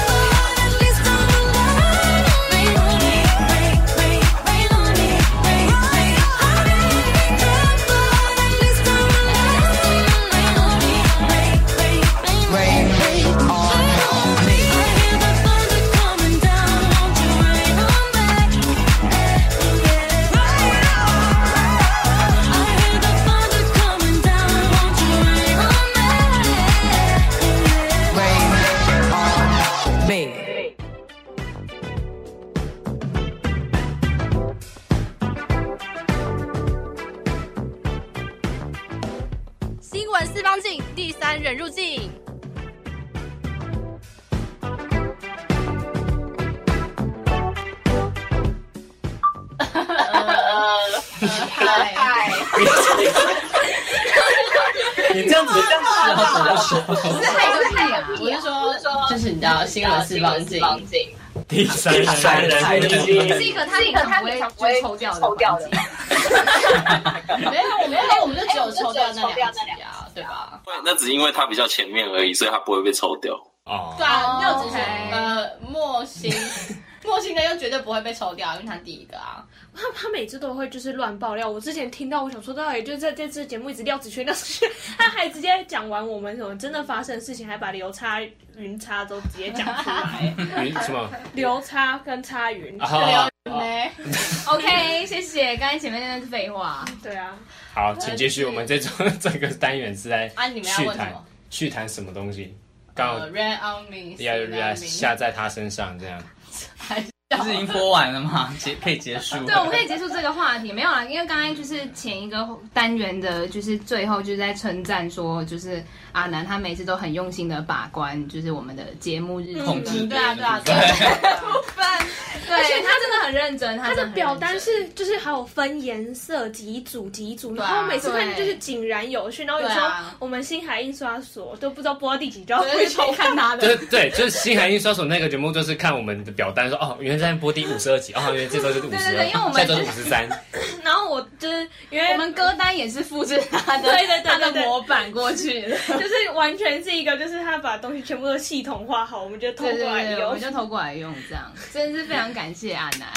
Speaker 12: Rain, rain on me.
Speaker 8: I hear the thunder coming down. Won't you rain on me? I hear the thunder coming down. Won't you rain on me?
Speaker 12: Rain on me.
Speaker 13: 《新闻四方镜》第三人入境。
Speaker 9: 你这样子这样子要怎么说？
Speaker 7: 我是说，就是你知道新闻四方镜，
Speaker 1: 第三人，第三人，
Speaker 4: 是一个他是一个他平常不会抽掉的抽掉的环节，
Speaker 7: 没有，我们有，我们就只有抽掉那两集啊，对吧？
Speaker 6: 那只是因为它比较前面而已，所以它不会被抽掉。
Speaker 1: 哦，
Speaker 7: 对啊，
Speaker 4: 哦
Speaker 7: 六只是
Speaker 4: OK
Speaker 7: 呃莫心
Speaker 4: 莫心的又绝对不会被抽掉，因为他第一个啊。
Speaker 5: 他他每次都会就是乱爆料。我之前听到，我想说到底就是在这次节目一直廖子轩，廖子轩，他还直接讲完我们什么真的发生的事情，还把流差、云差都直接讲出 来。
Speaker 3: 云什么？
Speaker 5: 流差跟差云，
Speaker 3: 啊好
Speaker 4: 流嘞。OK，谢谢。刚才前面那是废话。
Speaker 5: 对啊，
Speaker 3: 好，请继续。我们这种这个单元是在
Speaker 4: 啊你们要
Speaker 3: 去
Speaker 4: 问什
Speaker 3: 谈
Speaker 4: 么
Speaker 3: 去谈什么东西？刚好
Speaker 4: 呃 Rain on me，
Speaker 3: 要
Speaker 4: Rain on me
Speaker 3: 要下在他身上这样。
Speaker 4: 不
Speaker 1: 是已经播完了吗？结可以结束了。
Speaker 4: 对，我们可以结束这个话题。没有啦，因为刚刚就是前一个单元的，就是最后就是在称赞说，就是阿南他每次都很用心的把关，就是我们的节目日程
Speaker 1: 控
Speaker 7: 嗯
Speaker 1: 制
Speaker 4: 对啊，对啊，
Speaker 1: 别
Speaker 4: 对
Speaker 1: 人
Speaker 4: 啊
Speaker 1: 的部分。
Speaker 4: 对，而且他真的很认真，
Speaker 5: 他
Speaker 4: 真
Speaker 5: 的
Speaker 4: 很
Speaker 5: 表
Speaker 4: 认真
Speaker 5: 单是就是还有分颜色几组几组，
Speaker 4: 对
Speaker 5: 然
Speaker 4: 啊
Speaker 5: 后每次看
Speaker 4: 对
Speaker 5: 就是井然有序，然后有时
Speaker 4: 对
Speaker 5: 候
Speaker 4: 啊
Speaker 5: 我们星海印刷所都不知道播到第几就要
Speaker 4: 对
Speaker 5: 回头
Speaker 4: 去看他
Speaker 3: 就是对，就是星海印刷所那个节目，就是看我们的表单说，哦，原来在播第五十二集，哦，原来这周就是五
Speaker 4: 对
Speaker 3: 十
Speaker 4: 对因为我
Speaker 3: 二，
Speaker 4: 们
Speaker 3: 下周是五十三，
Speaker 5: 然后我就是因为
Speaker 4: 我们歌单也是复制他的，
Speaker 5: 对对对对对
Speaker 4: 他的模板过去的。
Speaker 5: 就是完全是一个，就是他把东西全部都系统化好，我们就偷
Speaker 4: 对
Speaker 5: 过
Speaker 4: 对
Speaker 5: 来
Speaker 4: 对，我
Speaker 5: 用
Speaker 4: 们。就投过来用，这样真的是非常感谢阿南。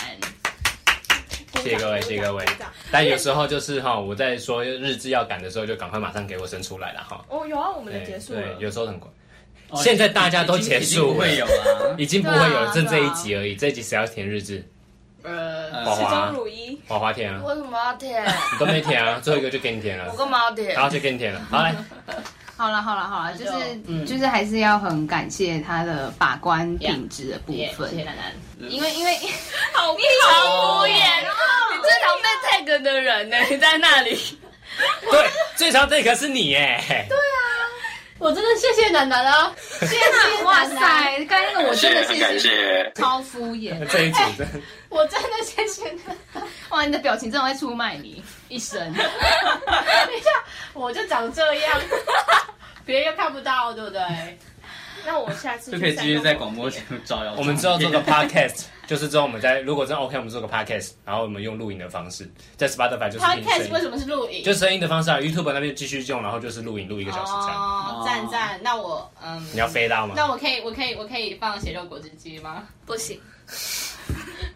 Speaker 3: 谢谢各位，谢谢各位。但有时候就是哈、我在说日志要赶的时候，就赶快马上给我生出来了哈。
Speaker 5: 哦，有啊，我们的
Speaker 3: 对
Speaker 5: 结束
Speaker 3: 对
Speaker 5: 了，。
Speaker 3: 有时候很快。
Speaker 1: 哦
Speaker 3: 现在大家都结
Speaker 1: 已经已经
Speaker 3: 束
Speaker 1: 不
Speaker 3: 了
Speaker 1: 会有了。
Speaker 3: 已经不会有
Speaker 4: 对
Speaker 3: 了
Speaker 4: 啊，
Speaker 3: 剩这一集而已。这一集谁要填日志？
Speaker 4: 呃，
Speaker 3: 华
Speaker 5: 始终
Speaker 3: 华，
Speaker 5: 如一。
Speaker 3: 华华填啊，
Speaker 8: 为什么要舔？
Speaker 3: 你都没填啊，最后一个就给你填
Speaker 8: 我
Speaker 3: 了，
Speaker 8: 干嘛要
Speaker 3: 然
Speaker 8: 舔？
Speaker 3: 后就给你填了。好来，
Speaker 4: 好了好了好了，就是
Speaker 1: 嗯
Speaker 4: 就是还是要很感谢他的把关品质的部
Speaker 7: 谢
Speaker 4: 分，哦
Speaker 7: 谢楠楠，
Speaker 4: 因为 因为
Speaker 5: 好屁
Speaker 8: 敷衍哦！你最常被 tag 的人呢？你在那里？
Speaker 3: 对，最长这个是你耶。
Speaker 7: 我真的谢谢楠楠啊！
Speaker 4: 天哪，哇塞，刚才那个我
Speaker 6: 感
Speaker 4: 真
Speaker 6: 谢
Speaker 4: 的是
Speaker 6: 感
Speaker 4: 已经
Speaker 6: 谢，
Speaker 4: 超敷衍，
Speaker 3: 这一组真的
Speaker 7: 我真的谢谢楠楠。
Speaker 4: 哇，你的表情真的会出卖你一生。
Speaker 7: 等一下，我就长这样，别人又看不到，对不对？
Speaker 5: 那我下次
Speaker 1: 就可以继续在广
Speaker 5: 播。
Speaker 1: 播节目照耀。
Speaker 3: 我们之后做个 podcast，就是 之后我们在如果真的 OK，我们做个 podcast，然后我们用录影的方式，在 Spotify 就是听声
Speaker 7: Podcast 为
Speaker 3: 音，
Speaker 7: 什么是录影？
Speaker 3: 就是声音的方式啊。YouTube 那边继续用，然后就是录影录一个小时这样。
Speaker 7: 哦，赞赞。那我嗯，
Speaker 3: 你要飞到吗？
Speaker 7: 那我可以，我可以，我可以放血肉果汁机吗？
Speaker 8: 不行，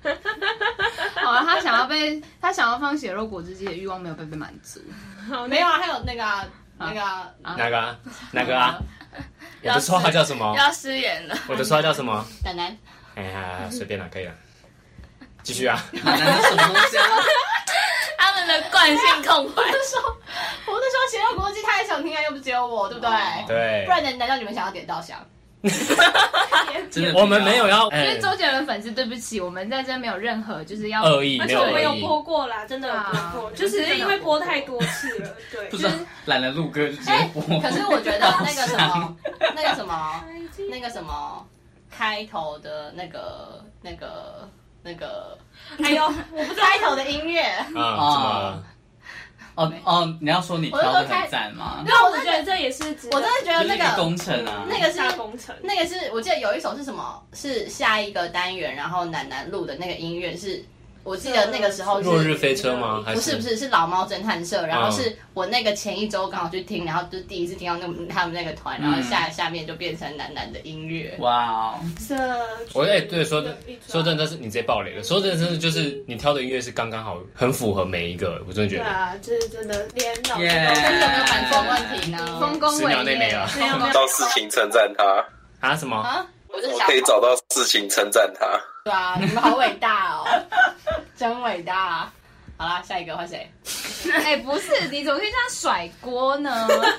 Speaker 4: 好了，哦他想要被他想要放血肉果汁机的欲望没有被被满足。
Speaker 7: 没有啊，还有那个啊那个啊
Speaker 3: 哪个啊？哪个啊？我的绰号叫什么？
Speaker 8: 要失言了。
Speaker 3: 我的绰号叫什么？
Speaker 7: 楠楠，
Speaker 3: 哎呀，随便啦，可以啦。继续啊！
Speaker 1: 男的什么东西啊？
Speaker 8: 他们的惯性控管
Speaker 7: 我。就说，我就说血肉果汁机他也想听啊，又不只有我，对不对？
Speaker 3: 对
Speaker 7: 不，然难难道你们想要点稻香？
Speaker 1: 真的不要
Speaker 3: 我们没有要
Speaker 4: 因
Speaker 6: 嗯
Speaker 4: 为
Speaker 3: 哎
Speaker 4: 周杰伦粉丝，对不起，我们在这没有任何就是
Speaker 6: 呃
Speaker 4: 要
Speaker 3: 恶意，
Speaker 5: 而
Speaker 3: 没
Speaker 5: 且
Speaker 3: 有
Speaker 5: 我们
Speaker 3: 恶
Speaker 5: 有
Speaker 3: 意。
Speaker 5: 播过啦，真的有播过，
Speaker 4: 对啊
Speaker 5: 就只是因为播太多次了，对
Speaker 1: 不。知道懒得录歌就直接播。
Speaker 7: 哎可是我觉得那个什么，那个什么，那个什么开头的那个那个那个，还有我不知道开头的音乐，
Speaker 3: 啊，什么？
Speaker 1: 哦哦，你要说你挑的很赞吗？
Speaker 7: 对，我
Speaker 5: 我
Speaker 7: 真
Speaker 5: 觉
Speaker 7: 的
Speaker 5: 得哎这也是值得，
Speaker 7: 我真的觉得
Speaker 1: 就是
Speaker 7: 那
Speaker 1: 一
Speaker 7: 个
Speaker 1: 个工程啊，
Speaker 7: 那个是
Speaker 5: 大工程。
Speaker 7: 那个是我记得有一首是什么，是下一个单元，然后楠楠录的那个音乐是。我记得那个时候是
Speaker 3: 落日飞车吗？还
Speaker 7: 不是不是是老猫侦探社，然后是我那个前一周刚好去听，然后就第一次听到那他们那个团，然后下下面就变成楠楠的音乐。
Speaker 1: 哇哦，
Speaker 5: 这
Speaker 3: 我哎、对，说真说真的，是你直接爆雷了。说真的，真的就是你挑的音乐是刚刚好，很符合每一个，我真的觉
Speaker 5: 对
Speaker 3: 得。
Speaker 5: 啊，这是真的，连老师
Speaker 1: 耶
Speaker 5: 都
Speaker 7: 真的没有版权问题呢？
Speaker 4: 丰功
Speaker 3: 十
Speaker 4: 伟
Speaker 3: 秒内没
Speaker 4: 业
Speaker 3: 了。
Speaker 6: 啊
Speaker 5: 没有没有
Speaker 6: 找事情称赞他，
Speaker 3: 啊什么？
Speaker 7: 啊，我就是
Speaker 6: 我
Speaker 7: 想
Speaker 6: 可以找到事情称赞他。
Speaker 7: 对啊，你们好伟大哦， 真伟大、啊好啦，下一个换谁？
Speaker 4: 哎、不是，你怎么可以这样甩锅呢？ 就这样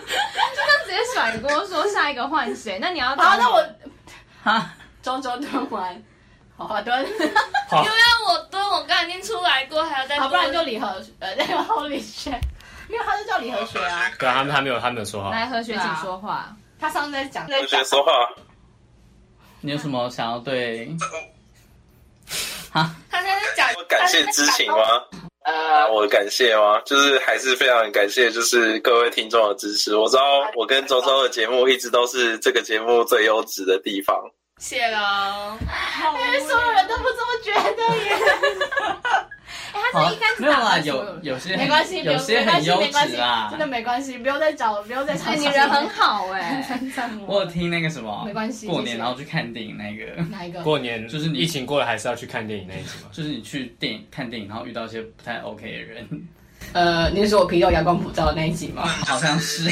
Speaker 4: 直接甩锅说下一个换谁？那你要
Speaker 7: 好，那我
Speaker 1: 哈，
Speaker 7: 周周蹲完，好华蹲，
Speaker 3: 好
Speaker 8: 因，为我蹲，我刚才已经出来过，还要再
Speaker 7: 好，不然就
Speaker 8: 蹲
Speaker 7: 李和呃那个后李轩，因为他就叫李和学啊。
Speaker 3: 对啊，他们他没有他没有说好。
Speaker 4: 来何学请说话。
Speaker 7: 他上次在讲，
Speaker 6: 同学说话，
Speaker 1: 你有什么想要对？
Speaker 8: 他现在在讲
Speaker 6: 我感谢知情吗？啊，我感谢吗？就是还是非常感谢，就是各位听众的支持。我知道我跟周周的节目一直都是这个节目最优质的地方。
Speaker 8: 谢喽。
Speaker 5: 好无
Speaker 7: 因为所有人都不这么觉得耶。哎、他但是一开始
Speaker 1: 哦没有
Speaker 7: 打
Speaker 1: 啦，
Speaker 7: 败所
Speaker 1: 有
Speaker 7: 人
Speaker 1: 有些
Speaker 7: 没关系，不
Speaker 1: 有
Speaker 7: 用
Speaker 1: 些
Speaker 7: 没关
Speaker 1: 很
Speaker 7: 系
Speaker 1: 优
Speaker 7: 没关系
Speaker 1: 质啊啦
Speaker 7: 真。的没关系，不用再找，不用再找。
Speaker 4: 哎你人很好哎
Speaker 1: 我有听那个什么，
Speaker 7: 没关系
Speaker 1: 过
Speaker 7: 谢谢
Speaker 1: 年然后去看电影那个，
Speaker 7: 哪一个？
Speaker 3: 过年
Speaker 1: 就是你
Speaker 3: 疫情过了还是要去看电影那一集 嘛。
Speaker 1: 就是你去电影看电影，然后遇到一些不太 OK 的人，
Speaker 7: 呃，你是说我皮肉阳光普照的那一集吗？
Speaker 1: 好像 是。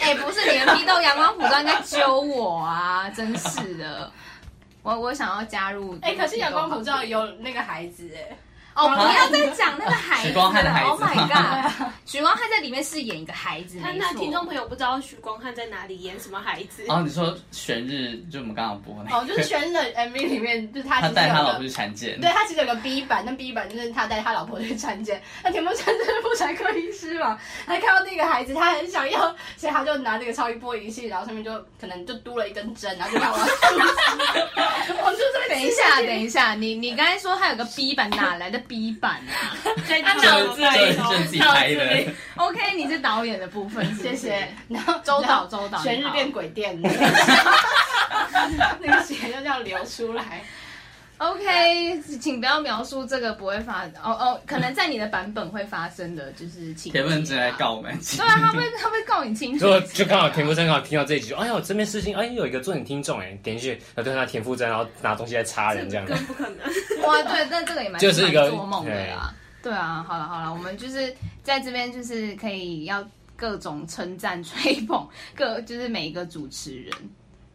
Speaker 4: 哎、不是你们批斗阳光普照应该揪我啊！真是的，我我想要加入。
Speaker 7: 哎、可是阳光普照有那个孩子哎、
Speaker 4: 哦，不要再讲那个孩子了。
Speaker 1: 许光汉的孩子
Speaker 4: Oh my god！许光汉在里面饰演一个孩子，
Speaker 5: 他
Speaker 4: 没
Speaker 5: 那
Speaker 4: 错
Speaker 5: 听众朋友不知道许光汉在哪里演什么孩子，
Speaker 1: 然后哦你说选日，就我们刚刚播那个，
Speaker 7: 哦，就是《全的 MV 里面，就是他
Speaker 1: 他
Speaker 7: 其实
Speaker 1: 带
Speaker 7: 有
Speaker 1: 他老婆
Speaker 7: 个
Speaker 1: 去，产检，
Speaker 7: 对他其实有个 B 版，那 B 版就是他带他老婆去产检，那田馥甄是妇产科医师嘛，他看到那个孩子，他很想要，所以他就拿那个超音波仪器，然后上面就可能就嘟了一根针，然后就让我要 注射我就这边
Speaker 4: 等一下，等一下，你你刚才说他有个 B 版，哪来的 B 版啊
Speaker 5: 在
Speaker 1: 这这这自己拍的，
Speaker 4: ？OK，你是导演的部分，
Speaker 7: 谢谢。然后
Speaker 4: 周
Speaker 7: 然
Speaker 4: 导，
Speaker 7: 后
Speaker 4: 周导，
Speaker 7: 全日
Speaker 4: 你好
Speaker 7: 变鬼店， 那个血就这样流出来。
Speaker 4: OK，请不要描述这个不会发哦哦，可能在你的版本会发生的就是情节
Speaker 1: 铁
Speaker 4: 啊
Speaker 1: 粉正来告我们，
Speaker 4: 对啊，他会他会告你侵
Speaker 3: 如果
Speaker 4: 权。
Speaker 3: 就刚好田馥甄刚好听到这一集，就哎呦这边事情，哎有一个重点听众哎，点进去，然后对他田馥甄，然后拿东西来插人这样子，
Speaker 5: 不可能。
Speaker 4: 哇，对，但这个也蛮
Speaker 3: 就是一个哎
Speaker 4: 蛮做梦的啦。对啊，好了好了，我们就是在这边就是可以要各种称赞吹捧 各就是每一个主持人。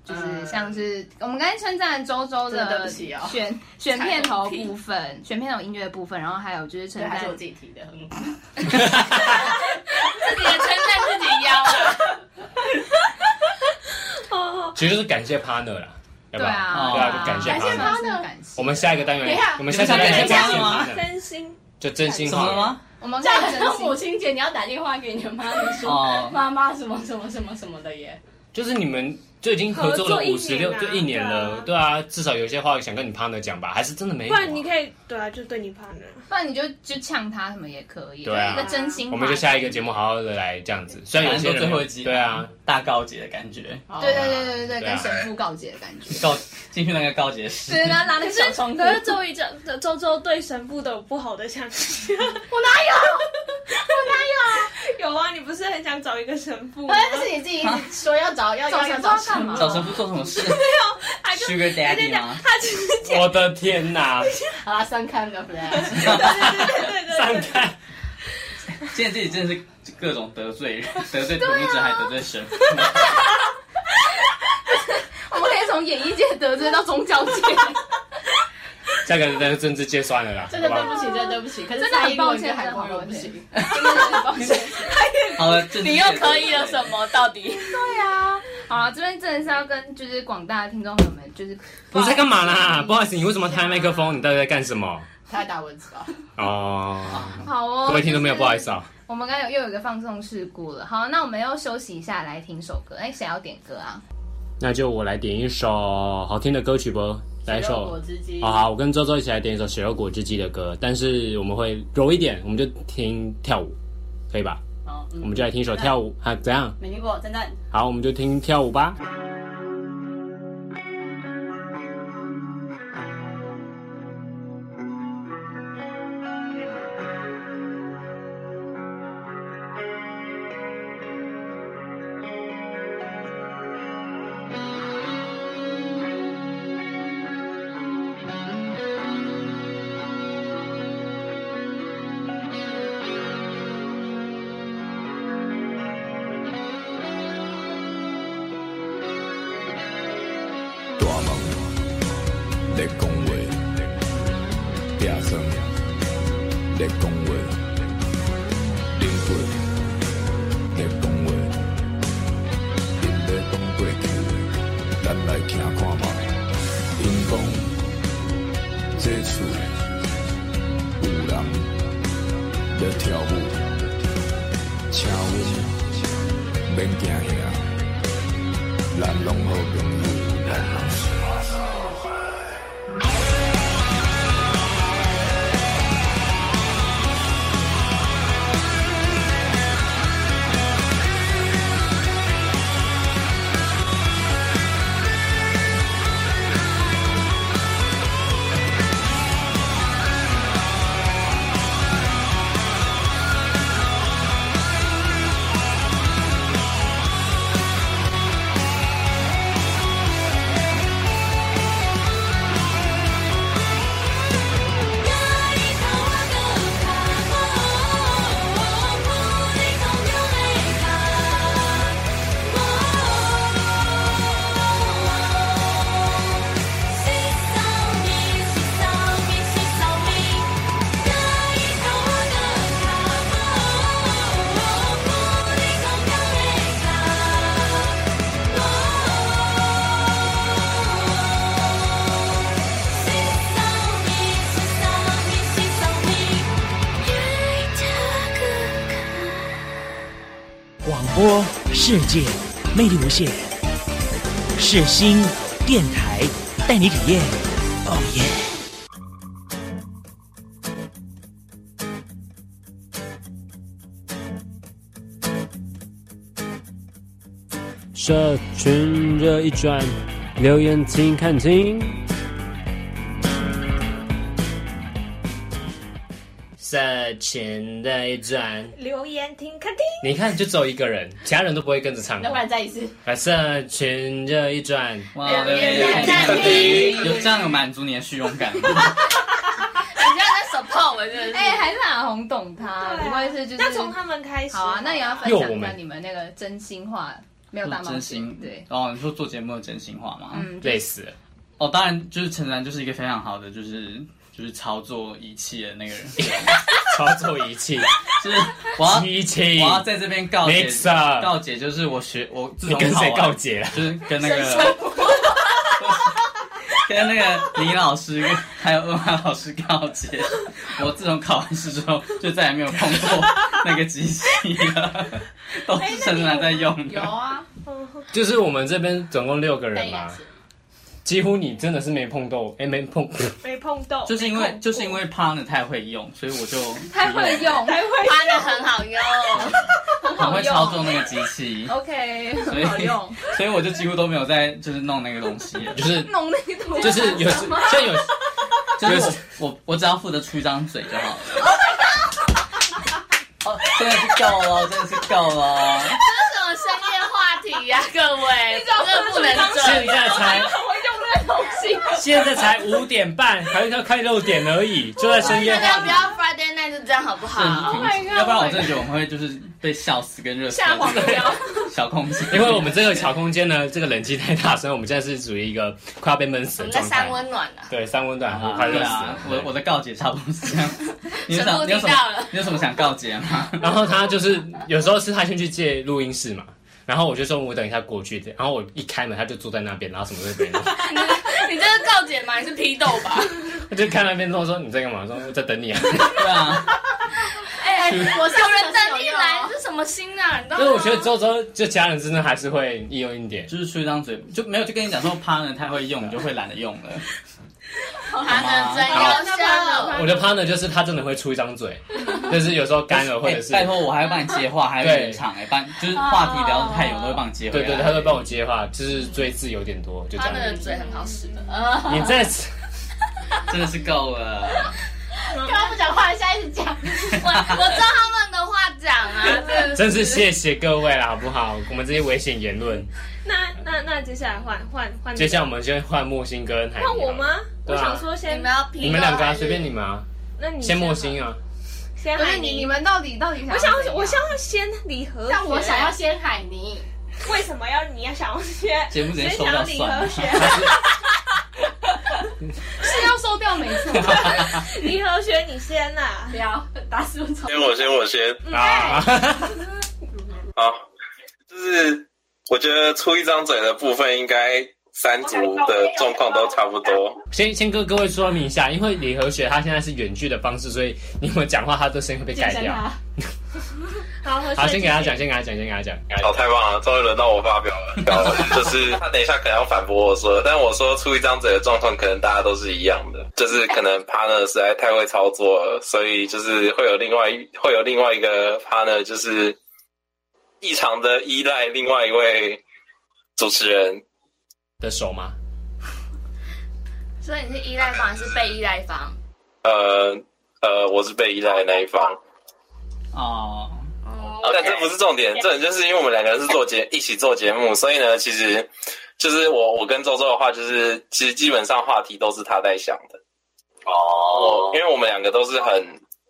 Speaker 4: 就是像是、我们刚才称赞周周
Speaker 7: 嗯真的对
Speaker 4: 的
Speaker 7: 不起
Speaker 4: 选、
Speaker 7: 哦
Speaker 4: 选
Speaker 7: 踩
Speaker 4: 片头
Speaker 7: 红屁
Speaker 4: 部分、选片头音乐部分，然后还有就是称
Speaker 7: 对，还
Speaker 4: 赞
Speaker 7: 是我自己提的，很好。
Speaker 4: 自己的称赞自己腰了。
Speaker 3: 其实就是感谢 partner 啦，要不
Speaker 4: 对
Speaker 3: 要？
Speaker 4: 啊，
Speaker 3: 对啊，就感谢
Speaker 7: 感谢
Speaker 3: partner。
Speaker 7: partner
Speaker 4: 感谢
Speaker 3: 我们下一个单
Speaker 7: 等
Speaker 3: 元
Speaker 7: 一下，
Speaker 3: 我们下一个单元
Speaker 1: 你们想
Speaker 3: 感谢
Speaker 1: 讲吗
Speaker 3: partner，
Speaker 5: 真心
Speaker 3: 就真 心
Speaker 1: 什么
Speaker 3: 话
Speaker 1: 了吗？
Speaker 4: 我们
Speaker 7: 这
Speaker 4: 刚
Speaker 7: 样
Speaker 4: 才
Speaker 7: 很像
Speaker 4: 真
Speaker 7: 母
Speaker 4: 心
Speaker 7: 亲节，你要打电话给你的妈咪说
Speaker 1: 哦
Speaker 7: 妈妈什么什么什么什么的耶。
Speaker 3: 就是你们就已经合作了
Speaker 5: 合作一
Speaker 3: 五十
Speaker 5: 年
Speaker 3: 六，
Speaker 5: 啊
Speaker 3: 就一年了，对啊，至少有些话想跟你 partner 讲吧，还是真的没
Speaker 5: 不
Speaker 3: 有啊。
Speaker 5: 然你可以对啊，就对你 partner。
Speaker 4: 不然你就就呛他什么也可以，
Speaker 3: 对啊
Speaker 4: 就一个真心话。
Speaker 3: 我们就下一个节目好好的来这样子，虽然有些
Speaker 1: 反正都最
Speaker 3: 人
Speaker 1: 后一集，
Speaker 3: 对啊，，
Speaker 1: 大告解的感觉，
Speaker 4: 对对对对对对，
Speaker 3: 对啊
Speaker 4: 跟神父告解的感觉。
Speaker 1: 告进去那个告解室，
Speaker 4: 对，然后拿 那个小窗户，
Speaker 5: 可是周一这周周对神父都有不好的想象，
Speaker 7: 我哪有？
Speaker 5: 有啊，你不是很想找一个神父吗？
Speaker 7: 但是你自己一直说要找要
Speaker 4: 找神
Speaker 7: 要要
Speaker 4: 父要
Speaker 7: 找
Speaker 4: 干嘛
Speaker 7: 什么
Speaker 1: 早晨不做什么事
Speaker 5: 还跟
Speaker 1: ，Sugar
Speaker 5: 我跟你
Speaker 1: Daddy
Speaker 5: 讲
Speaker 1: 吗？
Speaker 5: 他只是讲
Speaker 3: 我的天哪，
Speaker 7: 好啦，三看的 flash。
Speaker 5: 对对对
Speaker 3: 上
Speaker 5: 对对，
Speaker 3: 看，
Speaker 1: 现在自己真的是各种得罪人，得罪同一者还得罪神父，
Speaker 4: 我们可以从演艺界得罪到宗教界，
Speaker 3: 下个人政治界算了啦，
Speaker 7: 真的
Speaker 3: 好
Speaker 7: 对
Speaker 3: 吧
Speaker 7: 不起，真的对不起。可是
Speaker 4: 真的很
Speaker 7: 蔡英文
Speaker 4: 抱歉
Speaker 7: 跟韩国
Speaker 4: 真的
Speaker 7: 人
Speaker 4: 很
Speaker 7: 不
Speaker 4: 抱歉
Speaker 7: 行。
Speaker 1: 好了，政治
Speaker 8: 你又可以了什么？到底？
Speaker 4: 对啊。好了，这边真的是要跟就是广大的听众朋友们， 就是
Speaker 3: 你在干嘛啦？不好意思，你为什么开麦克风？你到底在干什么？
Speaker 7: 他在打蚊子吧？
Speaker 3: 哦，
Speaker 4: 好哦，
Speaker 3: 各位听众朋友，
Speaker 4: 就是
Speaker 3: 不好意思啊，
Speaker 4: 我们刚刚有又有一个放送事故了。好，那我们要休息一下，来听首歌。哎，谁要点歌啊？
Speaker 3: 那就我来点一首好听的歌曲吧，来一
Speaker 7: 肉
Speaker 3: 首
Speaker 7: 果。汁机
Speaker 3: 好。好，我跟周周一起来点一首血肉果汁机的歌，但是我们会柔一点，我们就听跳舞，可以吧？
Speaker 7: 好，嗯
Speaker 3: 我们，就来听一首跳舞，啊，怎样？
Speaker 7: 没听过，真的。
Speaker 3: 好，我们就听跳舞吧。
Speaker 14: 大梦在讲话，壁上在讲话，冷血在讲话，因要讲过去，咱来听看嘛。因讲这厝有人在跳舞，请阮免惊吓，咱拢好朋友。
Speaker 15: 世界魅力无限，世新电台带你体验。哦耶！
Speaker 16: 社群热一转，留言请看清。
Speaker 3: 社群的一转，
Speaker 5: 留言听看听，
Speaker 3: 你看就只有一个人，其他人都不会跟着唱
Speaker 7: 要。不然再一次。
Speaker 3: 啊，社群热一转，
Speaker 1: 哇留言
Speaker 7: 看听
Speaker 1: 有这样有满足你的虚荣感吗？
Speaker 8: 人家在 support 我，真的
Speaker 4: 哎、还是啊阿红懂他，不会是就是。
Speaker 5: 那从他们开始
Speaker 4: 好啊，那你要分
Speaker 1: 又
Speaker 4: 享
Speaker 1: 我
Speaker 4: 一下
Speaker 1: 们
Speaker 4: 你们那个真心话，没有大冒
Speaker 1: 真
Speaker 4: 险
Speaker 1: 心
Speaker 4: 对。
Speaker 1: 哦，你说做节目的真心话吗？
Speaker 4: 嗯
Speaker 3: 累死了。
Speaker 1: 哦，当然就是陈然就是一个非常好的就是就是操作仪器的那 个人，
Speaker 3: 操作仪 器
Speaker 1: 就是我要
Speaker 3: 机器
Speaker 1: 我要在这边告解
Speaker 3: Mixer
Speaker 1: 告解就是我学我自
Speaker 3: 你
Speaker 1: 从
Speaker 3: 跟谁
Speaker 1: 考完
Speaker 3: 告解啊
Speaker 1: 就是跟 那个 跟那个林老师跟还有二马老师告解， 我自从考完试之后就再也没有碰过那个机器 了，都
Speaker 4: 哎
Speaker 1: 是陈然在用的。
Speaker 7: 啊，
Speaker 3: 就是我们这边总共六个人嘛，几乎你真的是没碰到，哎、没碰，
Speaker 5: 没碰到，
Speaker 1: 就是因为就是因为 partner 太会用，所以我就
Speaker 4: 太会用，
Speaker 5: 太会
Speaker 8: 用，的很好用，
Speaker 1: 很会操纵那个机器，
Speaker 4: OK，
Speaker 1: 所以
Speaker 4: 很好用，
Speaker 1: 所以我就几乎都没有在就是弄那个东 西，
Speaker 3: 就是
Speaker 4: 弄那个东西
Speaker 3: 就是有 时像有
Speaker 1: 就是我我我只要负责出一张嘴就好了。
Speaker 8: Oh
Speaker 1: 哦，真的是够了，真的是够了。
Speaker 8: 这是什么深夜话题呀、各位？
Speaker 4: 你知道
Speaker 8: 这不能这
Speaker 3: 现
Speaker 8: 样。
Speaker 3: 在才
Speaker 4: 会用那东西。
Speaker 3: 现在才五点半，还要开六点而已，就在深夜
Speaker 8: 大家
Speaker 3: 话
Speaker 8: 不
Speaker 3: 题
Speaker 8: 要 Friday night 就这样好不好
Speaker 1: 真的是挺要不然我真的觉得我们会就是被笑死跟热死。
Speaker 8: 吓黄标。
Speaker 1: 小空间，
Speaker 3: 因为我们这个小空间呢，这个冷气太大声，我们现在是处于一个快要被闷死
Speaker 8: 我们
Speaker 3: 的
Speaker 8: 在
Speaker 3: 状
Speaker 8: 三
Speaker 3: 态。
Speaker 8: 温暖啊，
Speaker 3: 对，三温暖，我快热
Speaker 1: 对
Speaker 3: 死
Speaker 1: 啊
Speaker 3: 了。，
Speaker 1: 我我的告解差不多是这样。你有
Speaker 8: 全
Speaker 1: 想
Speaker 8: 部
Speaker 1: 你有什
Speaker 8: 听到
Speaker 1: 么
Speaker 8: 了
Speaker 1: 你有什么想告解吗？
Speaker 3: 然后他就是有时候是他先去借录音室嘛，然后我就说我等一下过去，然后我一开门他就坐在那边，然后什么都没弄，
Speaker 8: 你这是告解吗？你是批斗吧？
Speaker 3: 他 就看那边跟我说你在干嘛？我说我 在等你啊。
Speaker 1: 对啊，
Speaker 8: 哎、
Speaker 7: 我上次
Speaker 8: 有人站
Speaker 7: 有
Speaker 8: 进
Speaker 7: 用
Speaker 8: 来
Speaker 7: 哦
Speaker 8: 是什么心啊？你知道
Speaker 3: 就是我觉得
Speaker 8: 吗？
Speaker 3: 周周就家人真的还是会应用一点，
Speaker 1: 就是出一张嘴就没有就跟你讲说 partner 太会用，你就会懒得用了。
Speaker 8: 他们真
Speaker 3: 好
Speaker 8: 优秀。
Speaker 3: 我的 partner 就是他真的会出一张嘴，就是有时候干了或者
Speaker 1: 哎
Speaker 3: 是
Speaker 1: 拜托，我还要帮你接 话，还要
Speaker 3: 对哦
Speaker 1: 圆场哎，帮就是话题聊得太远，我都会帮你接回
Speaker 3: 对
Speaker 1: 来。
Speaker 3: 对对，他会帮我接话，就是追字有点多，就这
Speaker 8: 他
Speaker 3: 样
Speaker 8: 们。的嘴很好使的，
Speaker 3: 你在
Speaker 1: 真的是够了。
Speaker 7: 刚刚不讲话，现在一直讲。
Speaker 8: 我我知道他们的话讲啊，真的
Speaker 3: 真是谢谢各位啦，好不好？我们这些危险言论，
Speaker 5: 那那那接下来换换换，
Speaker 3: 接下来我们先换莫欣跟海。
Speaker 5: 换我？吗？
Speaker 3: 对
Speaker 5: 我
Speaker 3: 啊
Speaker 5: 想说先
Speaker 8: 你们要批斗
Speaker 3: 你们两个啊，
Speaker 8: 还是
Speaker 3: 随便你们啊，
Speaker 5: 那你
Speaker 3: 先莫
Speaker 5: 好
Speaker 3: 欣啊。
Speaker 5: 先
Speaker 4: 不
Speaker 5: 海
Speaker 4: 是
Speaker 5: 宁
Speaker 4: 你你们到底到底想？
Speaker 5: 我想要，我想要先离合学。
Speaker 7: 但我想要先海泥，
Speaker 5: 为什么要你要想要学？
Speaker 1: 节目直接
Speaker 5: 谁
Speaker 1: 收
Speaker 5: 想要
Speaker 1: 掉
Speaker 5: 离
Speaker 1: 算
Speaker 5: 合
Speaker 1: 了。
Speaker 5: 学，
Speaker 4: 是要收掉没 错。
Speaker 5: 离合学你先啦。
Speaker 7: 不要打死我头。
Speaker 6: 先我先我先
Speaker 3: 啊，
Speaker 6: 好，就是我觉得出一张嘴的部分，应该三组的状况都差不多。
Speaker 3: 先先跟各位说明一下，因为李和学他现在是远距的方式，所以你们讲话他的声音会被盖掉。
Speaker 5: 好，何
Speaker 3: 好，
Speaker 5: 学
Speaker 3: 先给他讲，先给他讲，先给他讲。
Speaker 6: 好，哎太棒了，终于轮到我发表了。搞了就是他等一下可能要反驳我说，但我说出一张嘴的状况，可能大家都是一样的，就是可能 partner 实在太会操作了，所以就是会有另外一会有另外一个 partner，就是异常的依赖另外一位主持人。
Speaker 3: 的手吗？
Speaker 8: 所以你是依赖方还是被依赖方？
Speaker 6: 呃呃，我是被依赖的那一方。
Speaker 1: 哦，
Speaker 6: 但这不是重点，重点就是因为我们两个人是做节一起做节目，所以呢，其实就是我我跟周周的话，就是其实基本上话题都是他在想的。哦，因为我们两个都是很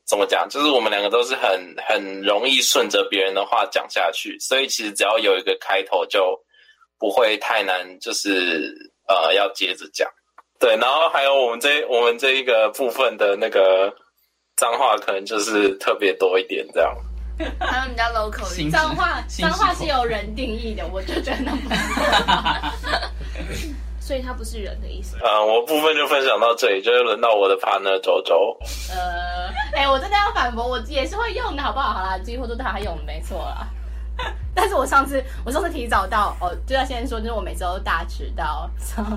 Speaker 6: 怎么讲，就是我们两个都是很很容易顺着别人的话讲下去，所以其实只要有一个开头，就不会太难，就是呃要接着讲。对，然后还有我们这我们这一个部分的那个脏话，可能就是特别多一点这样。
Speaker 8: 他们比较 local 一点。
Speaker 1: 行
Speaker 7: 脏话，
Speaker 1: 信
Speaker 7: 脏
Speaker 1: 息
Speaker 7: 话是 由人定义的，我就觉得那不
Speaker 5: 所以他不是人的意思。
Speaker 6: 呃，我部分就分享到这里，就是轮到我的 partner 周周。
Speaker 7: 呃，哎、我真的要反驳，我也是会用的，好不好？好啦，几乎都他用的，没错啦。 但是我上次我上次提早到，哦，就要先说，就是我每次都大迟到，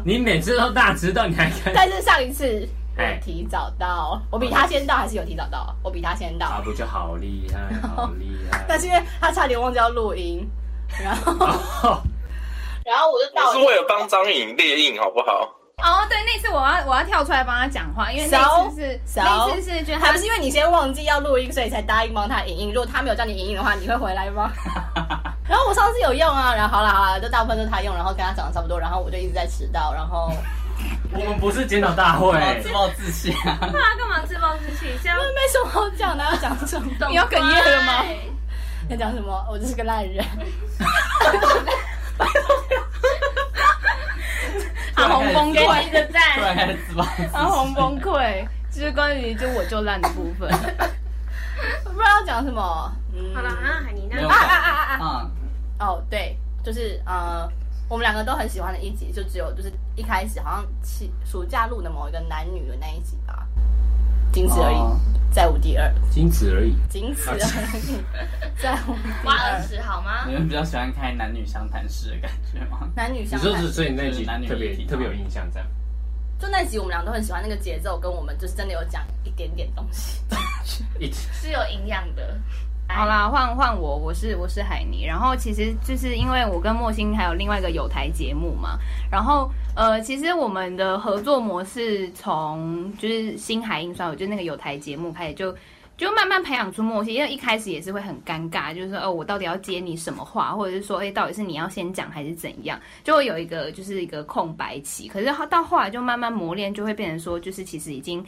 Speaker 17: 你每次都大迟到，你还看？
Speaker 7: 但是上一次
Speaker 17: 哎
Speaker 7: 我提早到，我比他先到，还是有提早到，我比他先
Speaker 17: 阿
Speaker 7: 到，
Speaker 17: 布啊就好厉害，好厉害。
Speaker 7: 但是因为他差点忘记要录音，然后
Speaker 17: 哦
Speaker 7: 然后我就
Speaker 6: 我
Speaker 7: 到
Speaker 6: 是为了帮张颖列印，好不好？
Speaker 4: 哦，对，那次我要我要跳出来帮他讲话，因为那
Speaker 7: 熟
Speaker 4: 次是
Speaker 7: 熟
Speaker 4: 那次是觉得他
Speaker 7: 还不是因为你先忘记要录音，所以才答应帮他影印。如果他没有叫你影印的话，你会回来 吗？然后我上次有用啊，然后好了好了，就大部分都是他用，然后跟他长得差不多，然后我就一直在迟到，然 后
Speaker 17: 我们不是检讨大会，
Speaker 1: 自暴自弃 啊！
Speaker 18: 他干嘛自暴自弃？现在
Speaker 7: 没什么好讲的，要讲什么？你要哽咽了吗？要讲什么？我就是个烂人。
Speaker 4: 阿红崩
Speaker 1: 突然开
Speaker 4: 溃
Speaker 1: 始
Speaker 4: 的
Speaker 1: 突然开始自暴自弃。
Speaker 4: 阿红崩溃，就是关于就我就烂的部 分。
Speaker 7: 不知道要讲什么。嗯、
Speaker 18: 好了啊，海尼娜
Speaker 1: 没有
Speaker 7: 啊啊啊啊啊！
Speaker 1: 啊，
Speaker 7: 哦，对，就是呃，我们两个都很喜欢的一集，就只有就是一开始好像暑暑假录的某一个男女的那一集吧，仅此而已，
Speaker 17: 哦
Speaker 7: 再无第二，
Speaker 17: 仅此而已。
Speaker 7: 仅此而
Speaker 3: 啊
Speaker 7: 已，再无第
Speaker 18: 挖耳
Speaker 7: 二。
Speaker 18: 屎好吗
Speaker 1: 你？们比较喜欢开男女相谈室的感觉 吗？
Speaker 7: 男女
Speaker 3: 你
Speaker 7: 相
Speaker 3: 说
Speaker 7: 爱
Speaker 3: 是，所以那集
Speaker 1: 男女
Speaker 3: 特别
Speaker 1: 一体啊
Speaker 3: 特别有印象，这样。
Speaker 7: 就那集我们俩都很喜欢那个节奏，跟我们就是真的有讲一点点东 西。
Speaker 3: 一起
Speaker 18: 是有营养的。
Speaker 4: 好啦，换换我，我是我是海尼。然后其实就是因为我跟莫欣还有另外一个有台节目嘛，然后呃，其实我们的合作模式从就是星海印刷，我就那个有台节目开始就。就慢慢培养出默契，因为一开始也是会很尴尬，就是说，哦，我到底要接你什么话，或者是说，哎、到底是你要先讲还是怎样，就会有一个就是一个空白期。可是到后来就慢慢磨练，就会变成说，就是其实已经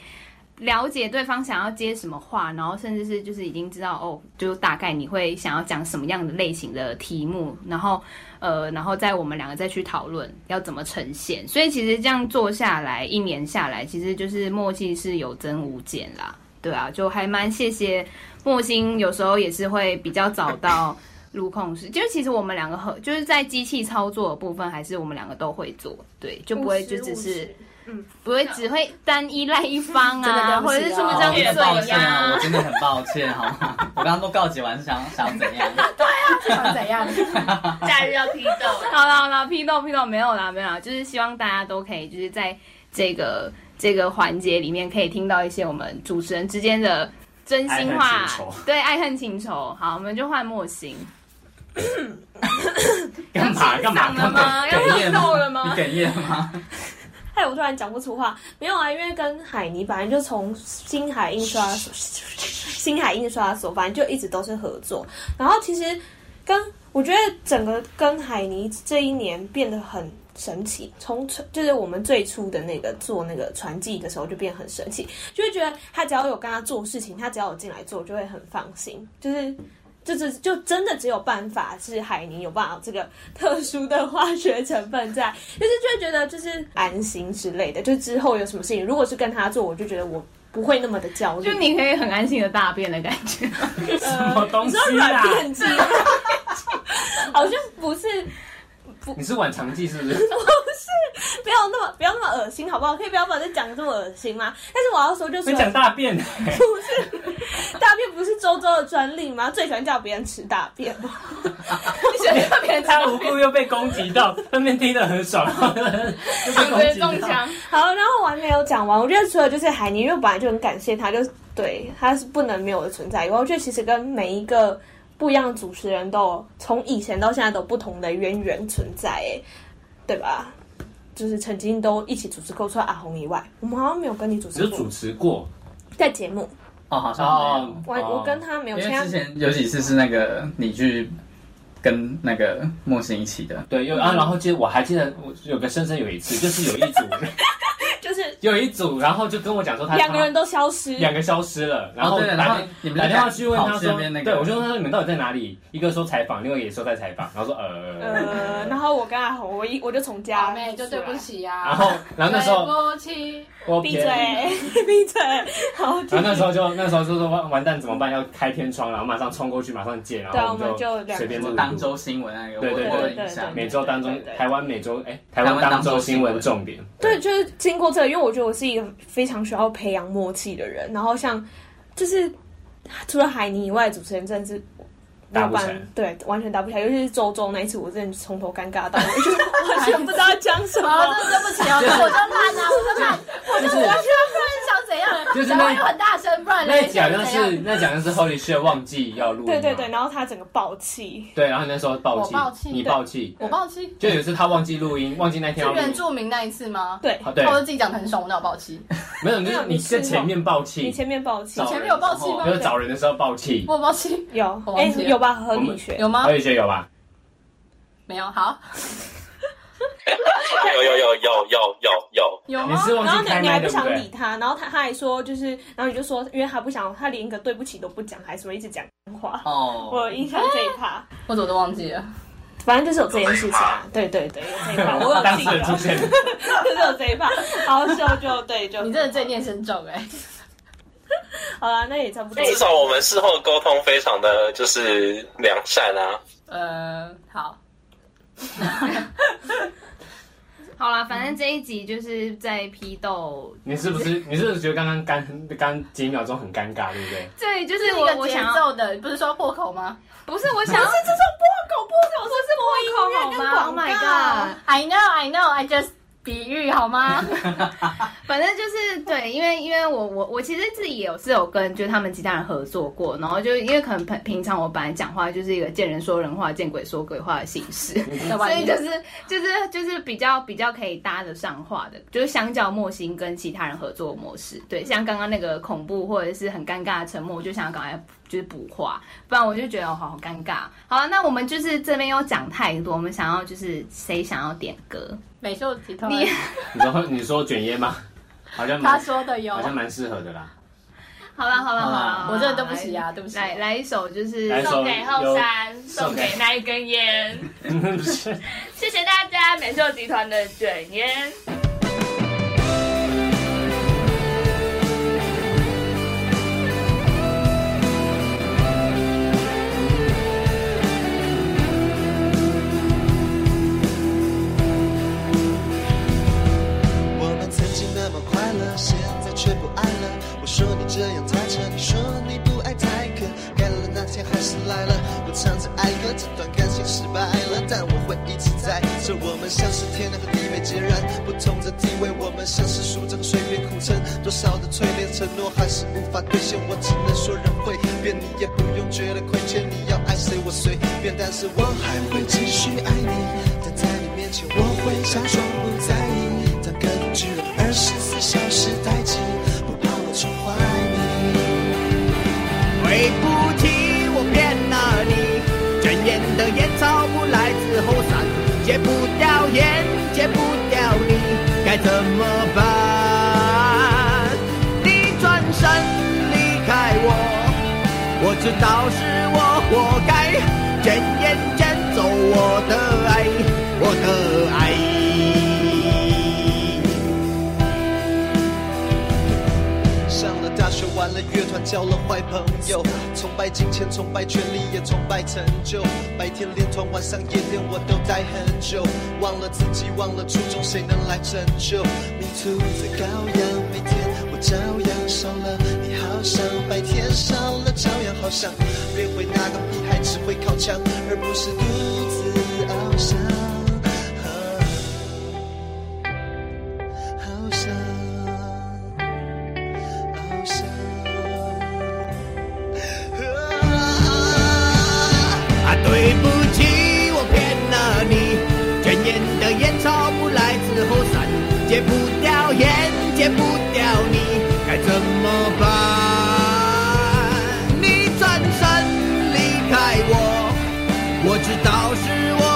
Speaker 4: 了解对方想要接什么话，然后甚至是就是已经知道哦，就大概你会想要讲什么样的类型的题目，然后呃，然后再我们两个再去讨论要怎么呈现。所以其实这样做下来，一年下来，其实就是默契是有增无减啦，对啊，就还蛮谢谢莫欣，有时候也是会比较早到路控室，就是其实我们两个合，就是在机器操作的部分，还是我们两个都会做，对， 就不会就只是。不会只会单依赖一方
Speaker 7: 真的对
Speaker 4: 啊，
Speaker 7: 不
Speaker 4: 或
Speaker 7: 起啊
Speaker 4: 者是出
Speaker 1: 我
Speaker 4: 不张
Speaker 1: 真的抱
Speaker 4: 嘴
Speaker 1: 歉啊，
Speaker 4: 呀
Speaker 1: 我。真的很抱歉，好吗？我刚刚都告解完，想想怎 样？
Speaker 7: 这想怎样？
Speaker 18: 假日要批斗，
Speaker 4: 好啦好啦，批斗批斗没有啦没有啦，就是希望大家都可以就是在这个这个环节里面可以听到一些我们主持人之间的真心
Speaker 3: 爱
Speaker 4: 话
Speaker 3: 恨情仇，
Speaker 4: 对爱恨情仇。好，我们就换莫行，
Speaker 5: 嗯
Speaker 3: 干嘛干嘛干嘛？
Speaker 4: 要
Speaker 1: 哽咽吗
Speaker 4: 奋斗了吗
Speaker 1: 你哽咽吗？
Speaker 5: 害我突然讲不出话。没有啊，因为跟海尼本来就从星海印刷所、星海印刷所，反正就一直都是合作。然后其实跟我觉得整个跟海尼这一年变得很神奇，从就是我们最初的那个做那个传记的时候就变得很神奇，就会觉得他只要有跟他做事情，他只要有进来做，就会很放心，就是。就只就真的只有办法是海尼有办法有这个特殊的化学成分在，就是就会觉得就是安心之类的。就之后有什么事情，如果是跟他做，我就觉得我不会那么的焦虑。
Speaker 4: 就你可以很安心的大便的感觉。
Speaker 1: 呃
Speaker 5: 什
Speaker 3: 么东西啊
Speaker 5: 软便 机，好像不是
Speaker 3: 你是晚长记是 不是？
Speaker 5: 不要那么不要那么恶心，好不好？可以不要把这讲得这么恶心吗？但是我要说，就是
Speaker 3: 你讲大便，
Speaker 5: 大便不是周周的专利吗？最喜欢叫别人吃大便
Speaker 7: 啊
Speaker 5: 吗？
Speaker 4: 你喜欢别人
Speaker 3: 他无辜又被攻击到，那边听得很爽，又被攻击
Speaker 4: 中
Speaker 3: 到。
Speaker 4: 枪，
Speaker 5: 好，然后我还没有讲完，我觉得除了就是海尼，因为我本来就很感谢他，就是对他是不能没有的存在。以外，我觉得其实跟每一个不一样的主持人都有从以前到现在都有不同的渊源存在，哎，对吧？就是曾经都一起主持过，除了阿红以外，我们好像没有跟你主持
Speaker 3: 只是
Speaker 5: 过
Speaker 3: 主持过
Speaker 5: 在节目，
Speaker 1: 哦，好像没有
Speaker 3: 哦，
Speaker 5: 我、我跟他没有啊
Speaker 1: 因
Speaker 5: 参
Speaker 1: 为之
Speaker 5: 加。
Speaker 1: 前有几次是那个你去跟那个莫欣一起的，
Speaker 3: 对，又啊，然后接我还记得我有个深深有一次，就是有一组
Speaker 5: 就是
Speaker 3: 有一组，然后就跟我讲说他
Speaker 5: 两个人都消失，
Speaker 3: 两个消失了，然后
Speaker 1: 哦对了
Speaker 3: 打
Speaker 1: 然后
Speaker 3: 电
Speaker 1: 你们
Speaker 3: 打
Speaker 1: 就
Speaker 3: 电话
Speaker 1: 赶
Speaker 3: 去问他
Speaker 1: 跑去
Speaker 3: 说
Speaker 1: 那边那，个
Speaker 3: 对我就问他说你们到底在哪里？一个说采访，另外一个也说在采访，然后说
Speaker 5: 呃，然后我跟阿红，我一我就从
Speaker 7: 阿
Speaker 5: 家
Speaker 7: 妹就对不起呀、
Speaker 10: 啊
Speaker 3: 然后，然后那时候
Speaker 7: 对不起，
Speaker 3: 我
Speaker 5: 闭嘴， 闭嘴，好，
Speaker 3: 然后那时候就那时候就说完完蛋怎么办？要开天窗，然后马上冲过去，马上借，然
Speaker 5: 对啊
Speaker 3: 后
Speaker 5: 我们就
Speaker 3: 就
Speaker 5: 两
Speaker 3: 随便
Speaker 1: 什
Speaker 3: 录
Speaker 1: 么
Speaker 3: 一
Speaker 1: 当
Speaker 3: 录。
Speaker 1: 周新闻那个，
Speaker 3: 对对
Speaker 1: 我有
Speaker 5: 对对
Speaker 1: 印
Speaker 5: 对
Speaker 1: 象。
Speaker 3: 每周当中
Speaker 5: 对对，对
Speaker 3: 台湾每周哎，台湾
Speaker 1: 台湾
Speaker 3: 当
Speaker 1: 当
Speaker 3: 周
Speaker 1: 周
Speaker 3: 新
Speaker 1: 新
Speaker 3: 闻
Speaker 1: 闻
Speaker 3: 重点。
Speaker 5: 对，就是经过这个，因为我觉得我是一个非常需要培养默契的人。然后像就是除了海尼以外，主持人真的是没有
Speaker 3: 搭不
Speaker 5: 办
Speaker 3: 起来，
Speaker 5: 对，完全搭不起来。尤其是周周那一次，我真的从头尴尬到 尾，就是完全不知道讲什么。
Speaker 7: 真的对不起哦，我就烂啊，我就烂，我就我就不 然想怎
Speaker 8: 啊
Speaker 7: 样？
Speaker 3: 就是
Speaker 7: 讲
Speaker 3: 那
Speaker 7: 话又很大声，不然
Speaker 3: 那
Speaker 7: 人
Speaker 3: 讲
Speaker 7: 想
Speaker 3: 像
Speaker 7: 怎样？
Speaker 3: 是那讲像是 Holy shit 忘记要录音
Speaker 5: 对
Speaker 3: 嘛，
Speaker 5: 对对，然后他整个爆气，
Speaker 3: 对，然后你那时候爆
Speaker 7: 我爆
Speaker 3: 气，
Speaker 7: 气
Speaker 3: 你
Speaker 7: 对
Speaker 3: 爆 气，
Speaker 7: 我爆气，
Speaker 3: 就有一次他忘记录音，忘记那天
Speaker 7: 是
Speaker 3: 要录
Speaker 7: 原
Speaker 3: 音，
Speaker 7: 住民那一次吗？
Speaker 5: 对
Speaker 3: 啊对
Speaker 7: 我就自己讲得很爽，我哪有爆气？
Speaker 3: 没有，就是你在前面爆气，
Speaker 5: 你前面爆气，
Speaker 3: 找人
Speaker 7: 前面有爆气吗
Speaker 3: 就是找人的时候爆气，
Speaker 7: 我有爆气，
Speaker 5: 有，
Speaker 7: 我
Speaker 5: 哎
Speaker 7: 忘记了
Speaker 5: 有吧？何以学
Speaker 7: 有吗？
Speaker 3: 何宇轩有吧？
Speaker 7: 没有，好，
Speaker 6: 有有有有有有有，
Speaker 7: 有
Speaker 3: 你
Speaker 7: 吗？
Speaker 3: 是忘
Speaker 5: 然后
Speaker 3: 记
Speaker 5: 你
Speaker 3: 开
Speaker 5: 你还
Speaker 3: 麦对不
Speaker 5: 想
Speaker 3: 对
Speaker 5: 理？他，然后他他还说就是，然后你就说，因为他不想，他连一个对不起都不讲，还说一直讲话。
Speaker 1: 哦
Speaker 5: 我有印象这一趴，
Speaker 7: 我怎么都忘记了？
Speaker 5: 反正就是有这件事情啊。对对对，有这一 趴，我有
Speaker 3: 当
Speaker 5: 记
Speaker 3: 事人出
Speaker 5: 得，
Speaker 3: 现了，
Speaker 5: 就是有这一趴。 好笑就对就
Speaker 7: 你真的罪孽深重哎。
Speaker 5: 好啦，那也差不多。
Speaker 6: 至少我们事后沟通非常的就是良善啊。
Speaker 7: 呃，好，
Speaker 10: 好啦，反正这一集就是在批斗，
Speaker 3: 你是不是你是不是觉得刚刚刚刚几秒钟很尴尬，对不对？
Speaker 10: 对，就
Speaker 7: 这
Speaker 10: 是
Speaker 7: 是一
Speaker 10: 我
Speaker 7: 个
Speaker 10: 我
Speaker 7: 节
Speaker 10: 想要，
Speaker 7: 奏的，不是说破口吗？
Speaker 10: 不是我想要，
Speaker 5: 这种破口破口，说
Speaker 10: 是破口好吗？Oh my god！
Speaker 7: I know, I know, I just 比喻 好吗？
Speaker 10: 反正就是对，因为因为我我我其实自己也有是有跟就是他们其他人合作过，然后就因为可能平平常我本来讲话就是一个见人说人话，见鬼说鬼话的形式，所以就是就是就是比较比较可以搭得上话的，就是相较莫心跟其他人合作的模式，对，像刚刚那个恐怖或者是很尴尬的沉默，我就想要赶快就是补话，不然我就觉得哦好好尴尬。好了，那我们就是这边有讲太多，我们想要就是谁想要点歌？
Speaker 7: 美秀集团，
Speaker 10: 你
Speaker 3: 你说你说卷烟吗？ 好像
Speaker 7: 他
Speaker 3: 蛮
Speaker 7: 说的有
Speaker 3: 好，像蛮适合的啦。
Speaker 4: 啊
Speaker 10: 好了好了好了，
Speaker 7: 我真的对不起啊，对不起。
Speaker 10: 来来一首就是
Speaker 3: 来一首
Speaker 9: 送给后山，送给那一根烟，
Speaker 3: 不是
Speaker 9: 谢谢大家美秀集团的卷烟。
Speaker 19: 我们曾经那么快乐，现在却不爱了。我说你这样太扯，你说你不爱太可。该来的那天还是来了，我唱着哀歌，这段感情失败了，但我会一直在。这我们像是天然和地位截然不同的地位，我们像是数着水边苦撑，多少的淬炼承诺还是无法兑现。我只能说人会变，你也不用觉得亏欠，你要爱谁我随便，但是我还会继续爱你，但在你面前我会假装不在意。但根据了二十四小时待机，不怕我宠坏你。
Speaker 20: 对不起，我骗了你。卷烟的烟草不来自后山，戒不掉烟，戒不掉你，该怎么办？你转身离开我，我知道是我活该。卷烟卷走我的爱，我的爱。
Speaker 19: 上了大学，玩了乐团，交了坏朋友，崇拜金钱，崇拜权力，也崇拜成就。白天练团，晚上夜店我都待很久，忘了自己，忘了初衷，谁能来拯救？Me too，在羔羊，每天我照样少了，你好像白天少了，照样好像变回那个屁孩，只会靠墙，而不是独自翱翔。啊翱翔。翱翔。
Speaker 20: 啊，对不起，我骗了你。卷烟的烟草不来自后山，戒不掉烟，戒不掉你，该怎么办？你转身离开我，我知道是我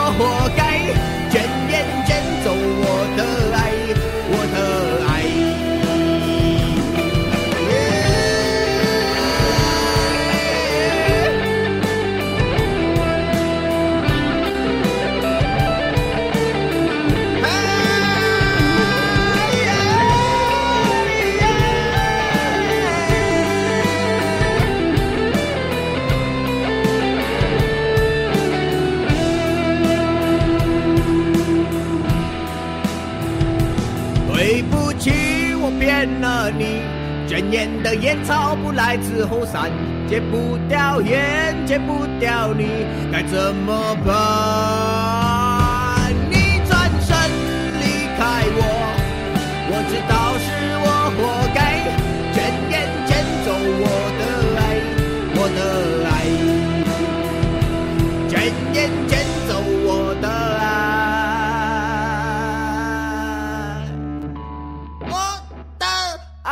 Speaker 20: 的烟草不来自后山，戒不掉烟，戒不掉你，该怎么办？你转身离开我，我知道是我活该，全烟捡走我的爱，我的爱，全烟捡走我的爱，我的爱。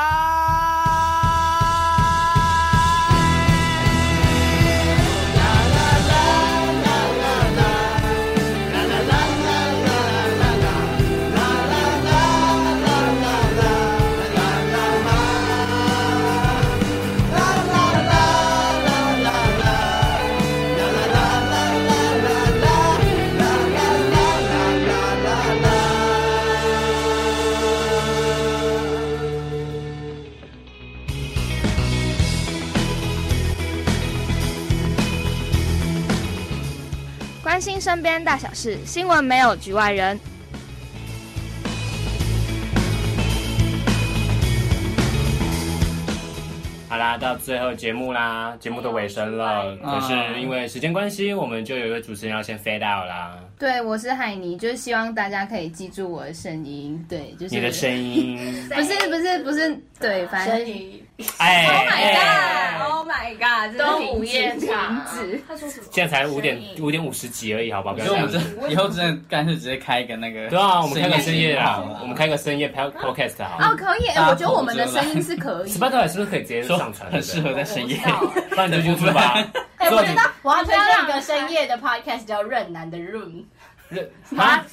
Speaker 10: 关心身边大小事，新闻没有局外人。
Speaker 3: 好啦，到最后节目啦，节目的尾声了。可
Speaker 1: 嗯
Speaker 3: 是因为时间关系，我们就有一位主持人要先 fade out 啦。
Speaker 4: 对，我是海尼，就是希望大家可以记住我的声音。对，就是
Speaker 3: 你的 声。音，
Speaker 4: 不是不是不是，对，反正
Speaker 7: 声音。
Speaker 9: Oh
Speaker 3: 哎，
Speaker 7: Oh my god！真的
Speaker 8: 都
Speaker 7: 停止
Speaker 8: 午夜场
Speaker 7: 停止。
Speaker 8: 他说什么？
Speaker 3: 现在才五点五点五十集而已，好不好？不
Speaker 1: 我
Speaker 3: 要
Speaker 1: 觉得
Speaker 3: 这
Speaker 1: 我们这
Speaker 3: 样子。
Speaker 1: 以后真的干脆直接开一个那个，
Speaker 3: 对啊，我们开个深夜
Speaker 1: 啊
Speaker 3: 啊，，我们开个深夜 pod- podcast 好
Speaker 4: 哦，
Speaker 3: 了。
Speaker 4: 可以，
Speaker 1: 大家
Speaker 4: 我觉得我们的声音是可以。
Speaker 3: Spotify 是不是可以直接上传？
Speaker 1: 很适合在深夜。
Speaker 3: 不然你就 YouTube 吧。
Speaker 7: 哎，我觉得我要推
Speaker 4: 我觉
Speaker 7: 荐
Speaker 4: 得
Speaker 7: 一个深夜的 podcast 叫《润南的 Room
Speaker 3: 啊，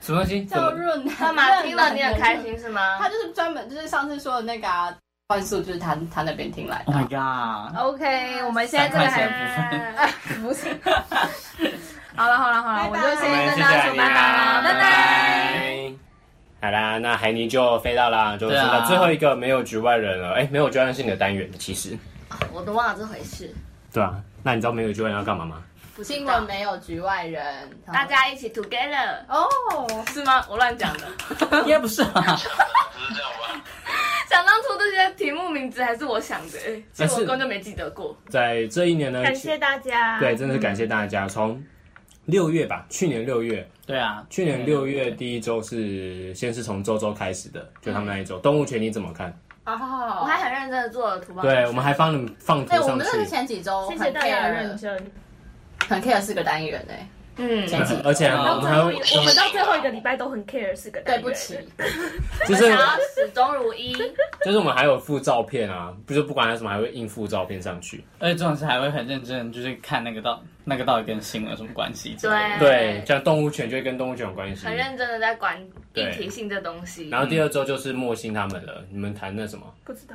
Speaker 3: 什么东西？》，怎
Speaker 7: 叫
Speaker 3: 么？
Speaker 7: 润南。
Speaker 8: 干嘛？听了你很开心是吗？
Speaker 7: 他就是专门就是上次说的那个啊，幻速，就是他他那边听来的
Speaker 1: Oh my
Speaker 7: 哦
Speaker 1: god！
Speaker 4: OK，我们现在这个还
Speaker 8: 啊
Speaker 1: 还
Speaker 4: 不是。 好了好了好了，我就
Speaker 3: 我
Speaker 4: 先
Speaker 3: 们
Speaker 4: 跟
Speaker 3: 谢谢
Speaker 4: 大家
Speaker 3: 海
Speaker 4: 说
Speaker 3: 尼
Speaker 4: 拜拜啦，
Speaker 3: 啦，
Speaker 4: 拜拜。
Speaker 3: 拜。好啦，那海尼就飞到啦，就是
Speaker 1: 对啊
Speaker 3: 到最后一个没有局外人了。哎、没有局外人是你的单元，其实。
Speaker 8: 我都忘了这回事。
Speaker 3: 对啊，那你知道没有局外人要干嘛吗？
Speaker 7: 新闻没有局外人，
Speaker 8: 大家一起 together
Speaker 7: 哦，
Speaker 8: 是吗？我乱讲的。
Speaker 1: 应该不是啊 吧？
Speaker 8: 想当初这些题目名字还是我想的，哎其实我根本就没记得过。
Speaker 3: 在这一年呢，
Speaker 8: 感谢大家。
Speaker 3: 对，真的是感谢大家。从六月吧，去年六月，
Speaker 1: 对啊，
Speaker 3: 去年六月第一周是先是从周周开始的，就他们那一周。动物权你怎么看？
Speaker 8: 哦，我还很认真的做了图报。
Speaker 3: 对，我们还帮你们放图
Speaker 7: 哎，我
Speaker 3: 上
Speaker 7: 们真的是
Speaker 3: 去，
Speaker 7: 前几周
Speaker 8: 谢谢大家的认
Speaker 7: 真，很 care 四个单元
Speaker 4: 欸
Speaker 7: 哎，
Speaker 8: 嗯，
Speaker 7: 前几
Speaker 3: 而且啊
Speaker 8: 到
Speaker 3: 我们
Speaker 8: 最
Speaker 3: 还
Speaker 8: 后一
Speaker 3: 会
Speaker 8: 个，
Speaker 3: 我
Speaker 8: 我
Speaker 3: 们
Speaker 8: 们到最后一个礼拜都很 care 四个单元
Speaker 7: 对不起，
Speaker 3: 就是
Speaker 8: 我想要始终如一。
Speaker 3: 就是我们还有附照片啊，不是不管它什么，还会印附照片上去。
Speaker 1: 而且这种事还会很认真，就是看那个到那个到底跟新闻有什么关系之类的。
Speaker 7: 啊
Speaker 8: 对
Speaker 3: 对，像动物权就会跟动物权有关系。
Speaker 8: 很认真的在管议
Speaker 3: 对
Speaker 8: 题性这东西。
Speaker 3: 然后第二周就是莫欣他们了，你们谈那什么
Speaker 8: 不知道，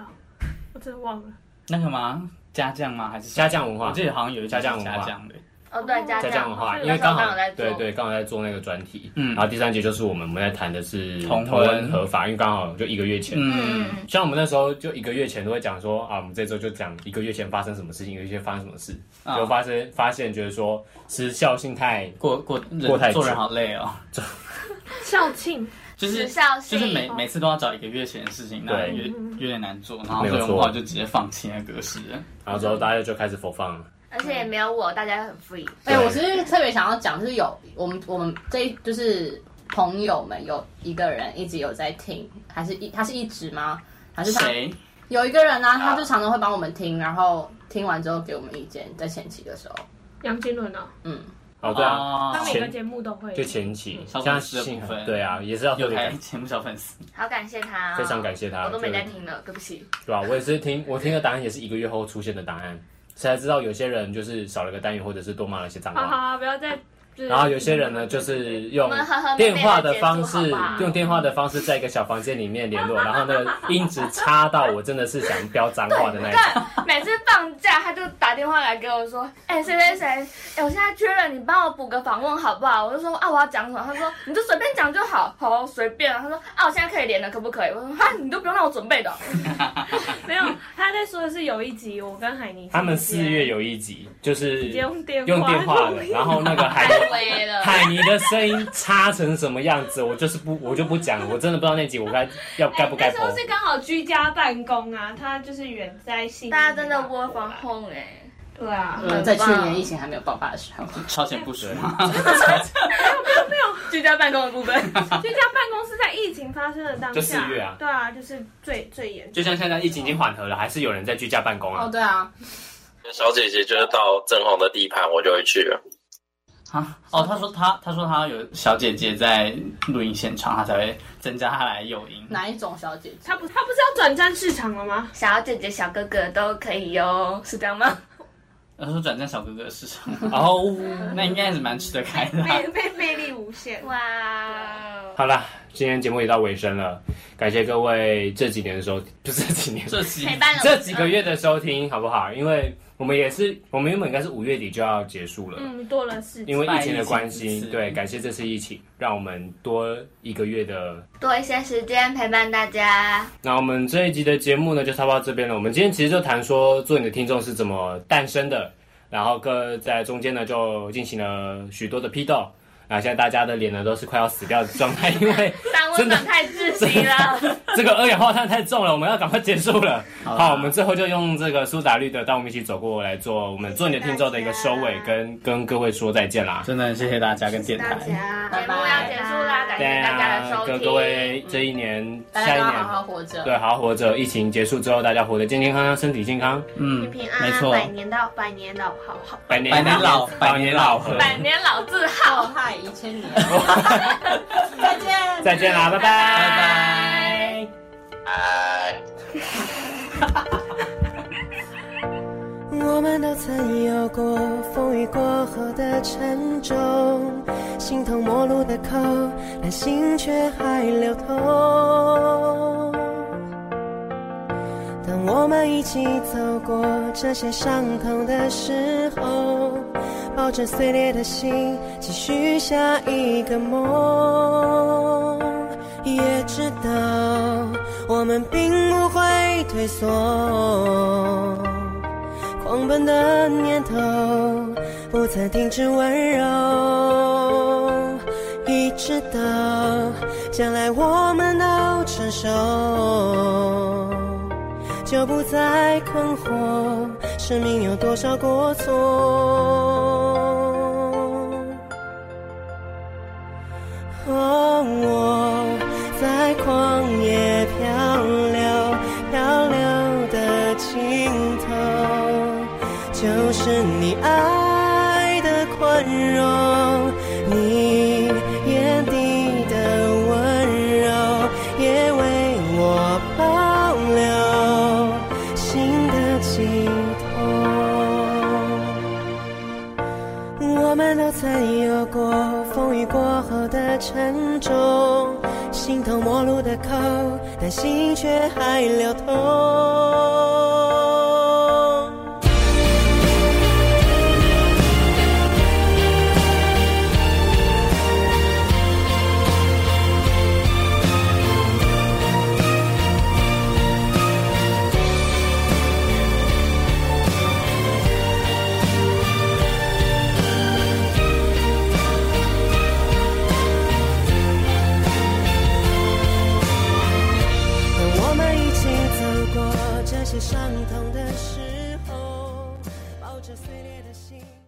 Speaker 8: 我真的忘了。
Speaker 1: 那个吗？家酱吗？还是
Speaker 3: 家酱文化
Speaker 1: 我记得好像有一家
Speaker 3: 家酱文化
Speaker 1: 家酱的，
Speaker 8: 哦，对，家
Speaker 3: 再这样的话，因为刚好对对，刚好在做那个专题，
Speaker 1: 嗯
Speaker 3: 然后第三节就是我们我们在谈的是
Speaker 1: 同婚
Speaker 3: 同婚合法，因为刚好就一个月前，
Speaker 1: 嗯，
Speaker 3: 像我们那时候就一个月前都会讲说啊，我们这周就讲一个月前发生什么事情，一个月前发生什么事，
Speaker 1: 啊
Speaker 3: 就发生发现觉得说时效性太
Speaker 1: 过过
Speaker 3: 过太
Speaker 1: 人
Speaker 3: 久
Speaker 1: 做人好累哦，
Speaker 8: 校庆
Speaker 1: 就是
Speaker 8: 时效性
Speaker 1: 就
Speaker 8: 哦
Speaker 1: 是每每次都要找一个月前的事情，那
Speaker 3: 对
Speaker 1: 有有点难做，然后
Speaker 3: 没有
Speaker 1: 所以
Speaker 3: 错
Speaker 1: 我后来就直接放弃那个格式了。
Speaker 3: 然后之后大家就开始否放了，
Speaker 8: 而且也没有我，大家很 free。
Speaker 7: 哎，我是特别想要讲，就是有我们我们这一就是朋友们有一个人一直有在听，还是一他是一直吗？还是他
Speaker 1: 谁？
Speaker 7: 有一个人呢、啊，他就常常会帮我们听，然后听完之后给我们意见，在前期的时候，
Speaker 8: 杨金伦啊，
Speaker 7: 嗯，
Speaker 3: 哦对啊，
Speaker 1: 哦
Speaker 8: 他每个
Speaker 3: 前
Speaker 8: 节目都会。
Speaker 3: 就前期
Speaker 1: 小
Speaker 3: 像
Speaker 1: 粉丝的
Speaker 3: 幸
Speaker 1: 部分
Speaker 3: 对啊，也是要特
Speaker 1: 有
Speaker 3: 别
Speaker 1: 台
Speaker 3: 感
Speaker 1: 节目小粉丝，
Speaker 8: 好感谢他哦，
Speaker 3: 非常感谢他
Speaker 8: 我都没
Speaker 3: 就是
Speaker 8: 在听了，对不起。
Speaker 3: 对吧、我也是听我听的答案也是一个月后出现的答案，才知道有些人就是少了个单元，或者是多骂了一些脏
Speaker 8: 好
Speaker 3: 话。
Speaker 8: 好好，不要再。就是
Speaker 3: 然后有些人呢，就是
Speaker 8: 啊
Speaker 3: 用
Speaker 8: 我们和和美美
Speaker 3: 电
Speaker 8: 地
Speaker 3: 话的方式
Speaker 8: 结束好不好，
Speaker 3: 用电话的方式在一个小房间里面联络，然后呢，音质差到我真的是想飙脏话的那一种。
Speaker 8: 干每次放假，他就打电话来给我说：“哎、谁谁谁，哎、我现在缺人，你帮我补个访问好不好？”我就说：“啊，我要讲什么？”他说：“你就随便讲就好，哦好哦 随便啊。”他说：“啊，我现在可以连了，可不可以？”我说：“哈，你都不用让我准备的。”没有，他
Speaker 5: 在说的是有一集我跟海尼
Speaker 3: 他们四月有一集，就是
Speaker 5: 直接用电话
Speaker 3: 用电话的
Speaker 5: 录，音
Speaker 3: 然后那个海 尼
Speaker 5: 太威 了
Speaker 3: 海尼的声音差成什么样子，我就是不我就不讲了，我真的不知道那集我该要该不该
Speaker 5: 那
Speaker 3: 播
Speaker 5: 时。候是刚好居家办公啊，他就是远在新，大家真的 work from home 哎、对啊，
Speaker 21: 嗯，在去年疫情还没有爆发的时候，
Speaker 1: 超前部署啊吗？
Speaker 5: 没有居家办公的部分，居家办公是在疫情发生的当下，
Speaker 3: 就四月啊
Speaker 5: 对啊，就是最最严重。
Speaker 3: 就像现在疫情已经缓和了，还是有人在居家办公
Speaker 7: 哦
Speaker 3: 啊。
Speaker 5: 对啊，
Speaker 6: 小姐姐就是到正红的地盘，我就会去了。
Speaker 1: 啊，哦，他说他他说他有小姐姐在录音现场，他才会增加他来诱因。
Speaker 21: 哪一种小姐姐？
Speaker 5: 他不他不是要转战市场了吗？
Speaker 8: 小姐姐、小哥哥都可以哟，是这样吗？
Speaker 1: 他说转战小哥哥的市场， 哦，那应该是蛮吃得开 的啊。
Speaker 5: 魅魅魅力无限，
Speaker 8: 哦哇！哦
Speaker 3: 好啦，今天节目也到尾声了，感谢各位这几年的收，不是这几年，
Speaker 1: 这几
Speaker 8: 陪伴了我嗯
Speaker 3: 这几个月的收听，好不好？因为我们也是，我们原本应该是五月底就要结束了，
Speaker 5: 嗯，多了事情，
Speaker 3: 因为疫情的关系，对，感谢这次疫情，让我们多一个月的。
Speaker 8: 多一些时间陪伴大家。
Speaker 3: 那我们这一集的节目呢，就差不多到这边了。我们今天其实就谈说做你的听众是怎么诞生的，然后各在中间呢就进行了许多的批斗。啊，现在大家的脸呢都是快要死掉的状态，因为
Speaker 8: 三温暖太窒息 了，
Speaker 3: 这个二氧化碳太重了，我们要赶快结 束了。
Speaker 1: 好
Speaker 3: 好
Speaker 1: 啦
Speaker 8: 啊
Speaker 3: 我们最后就用这个苏打绿的《当我们一起走过》来做我们做你的听众的一个收尾，跟跟各位说再见啦。
Speaker 1: 真的很谢谢大家跟电台，
Speaker 8: 节目要结束啦，感
Speaker 3: 对
Speaker 8: 谢大家的
Speaker 3: 啊
Speaker 8: 收，
Speaker 3: 各
Speaker 8: 听。
Speaker 3: 各位这一年、
Speaker 8: 大
Speaker 3: 下
Speaker 8: 家
Speaker 3: 一
Speaker 8: 都要
Speaker 3: 年
Speaker 8: 好好活着
Speaker 3: 对，好好活着。疫情结束之后，大家活得健健康康，身体健康。
Speaker 1: 嗯，
Speaker 8: 平安
Speaker 3: 没
Speaker 8: 安，
Speaker 3: 错
Speaker 8: 啊百年到百年老好好，
Speaker 3: 百年
Speaker 1: 百年老
Speaker 3: 百年老合。
Speaker 8: 百年老字号，
Speaker 21: 嗨，一千 年，再见，
Speaker 3: 再见啦，拜拜，
Speaker 21: 拜
Speaker 6: 拜。
Speaker 22: 我们都曾有过风雨过后的沉重，形同陌路的口，但心却还流通。当我们一起走过这些伤痛的时候，抱着碎裂的心，继续下一个梦。也知道我们并不会退缩。狂奔的念头不曾停止温柔，一直到将来我们都成熟，就不再困惑，生命有多少过错。哦，我在旷野漂流，漂流的尽头，就是你爱的宽容，你眼底的温柔，也为我保留心的寄托。我们都曾有过风雨过后的沉重，形同陌路的口，但心却还流通。和我们一起走过这些伤痛的时候，抱着碎裂的心。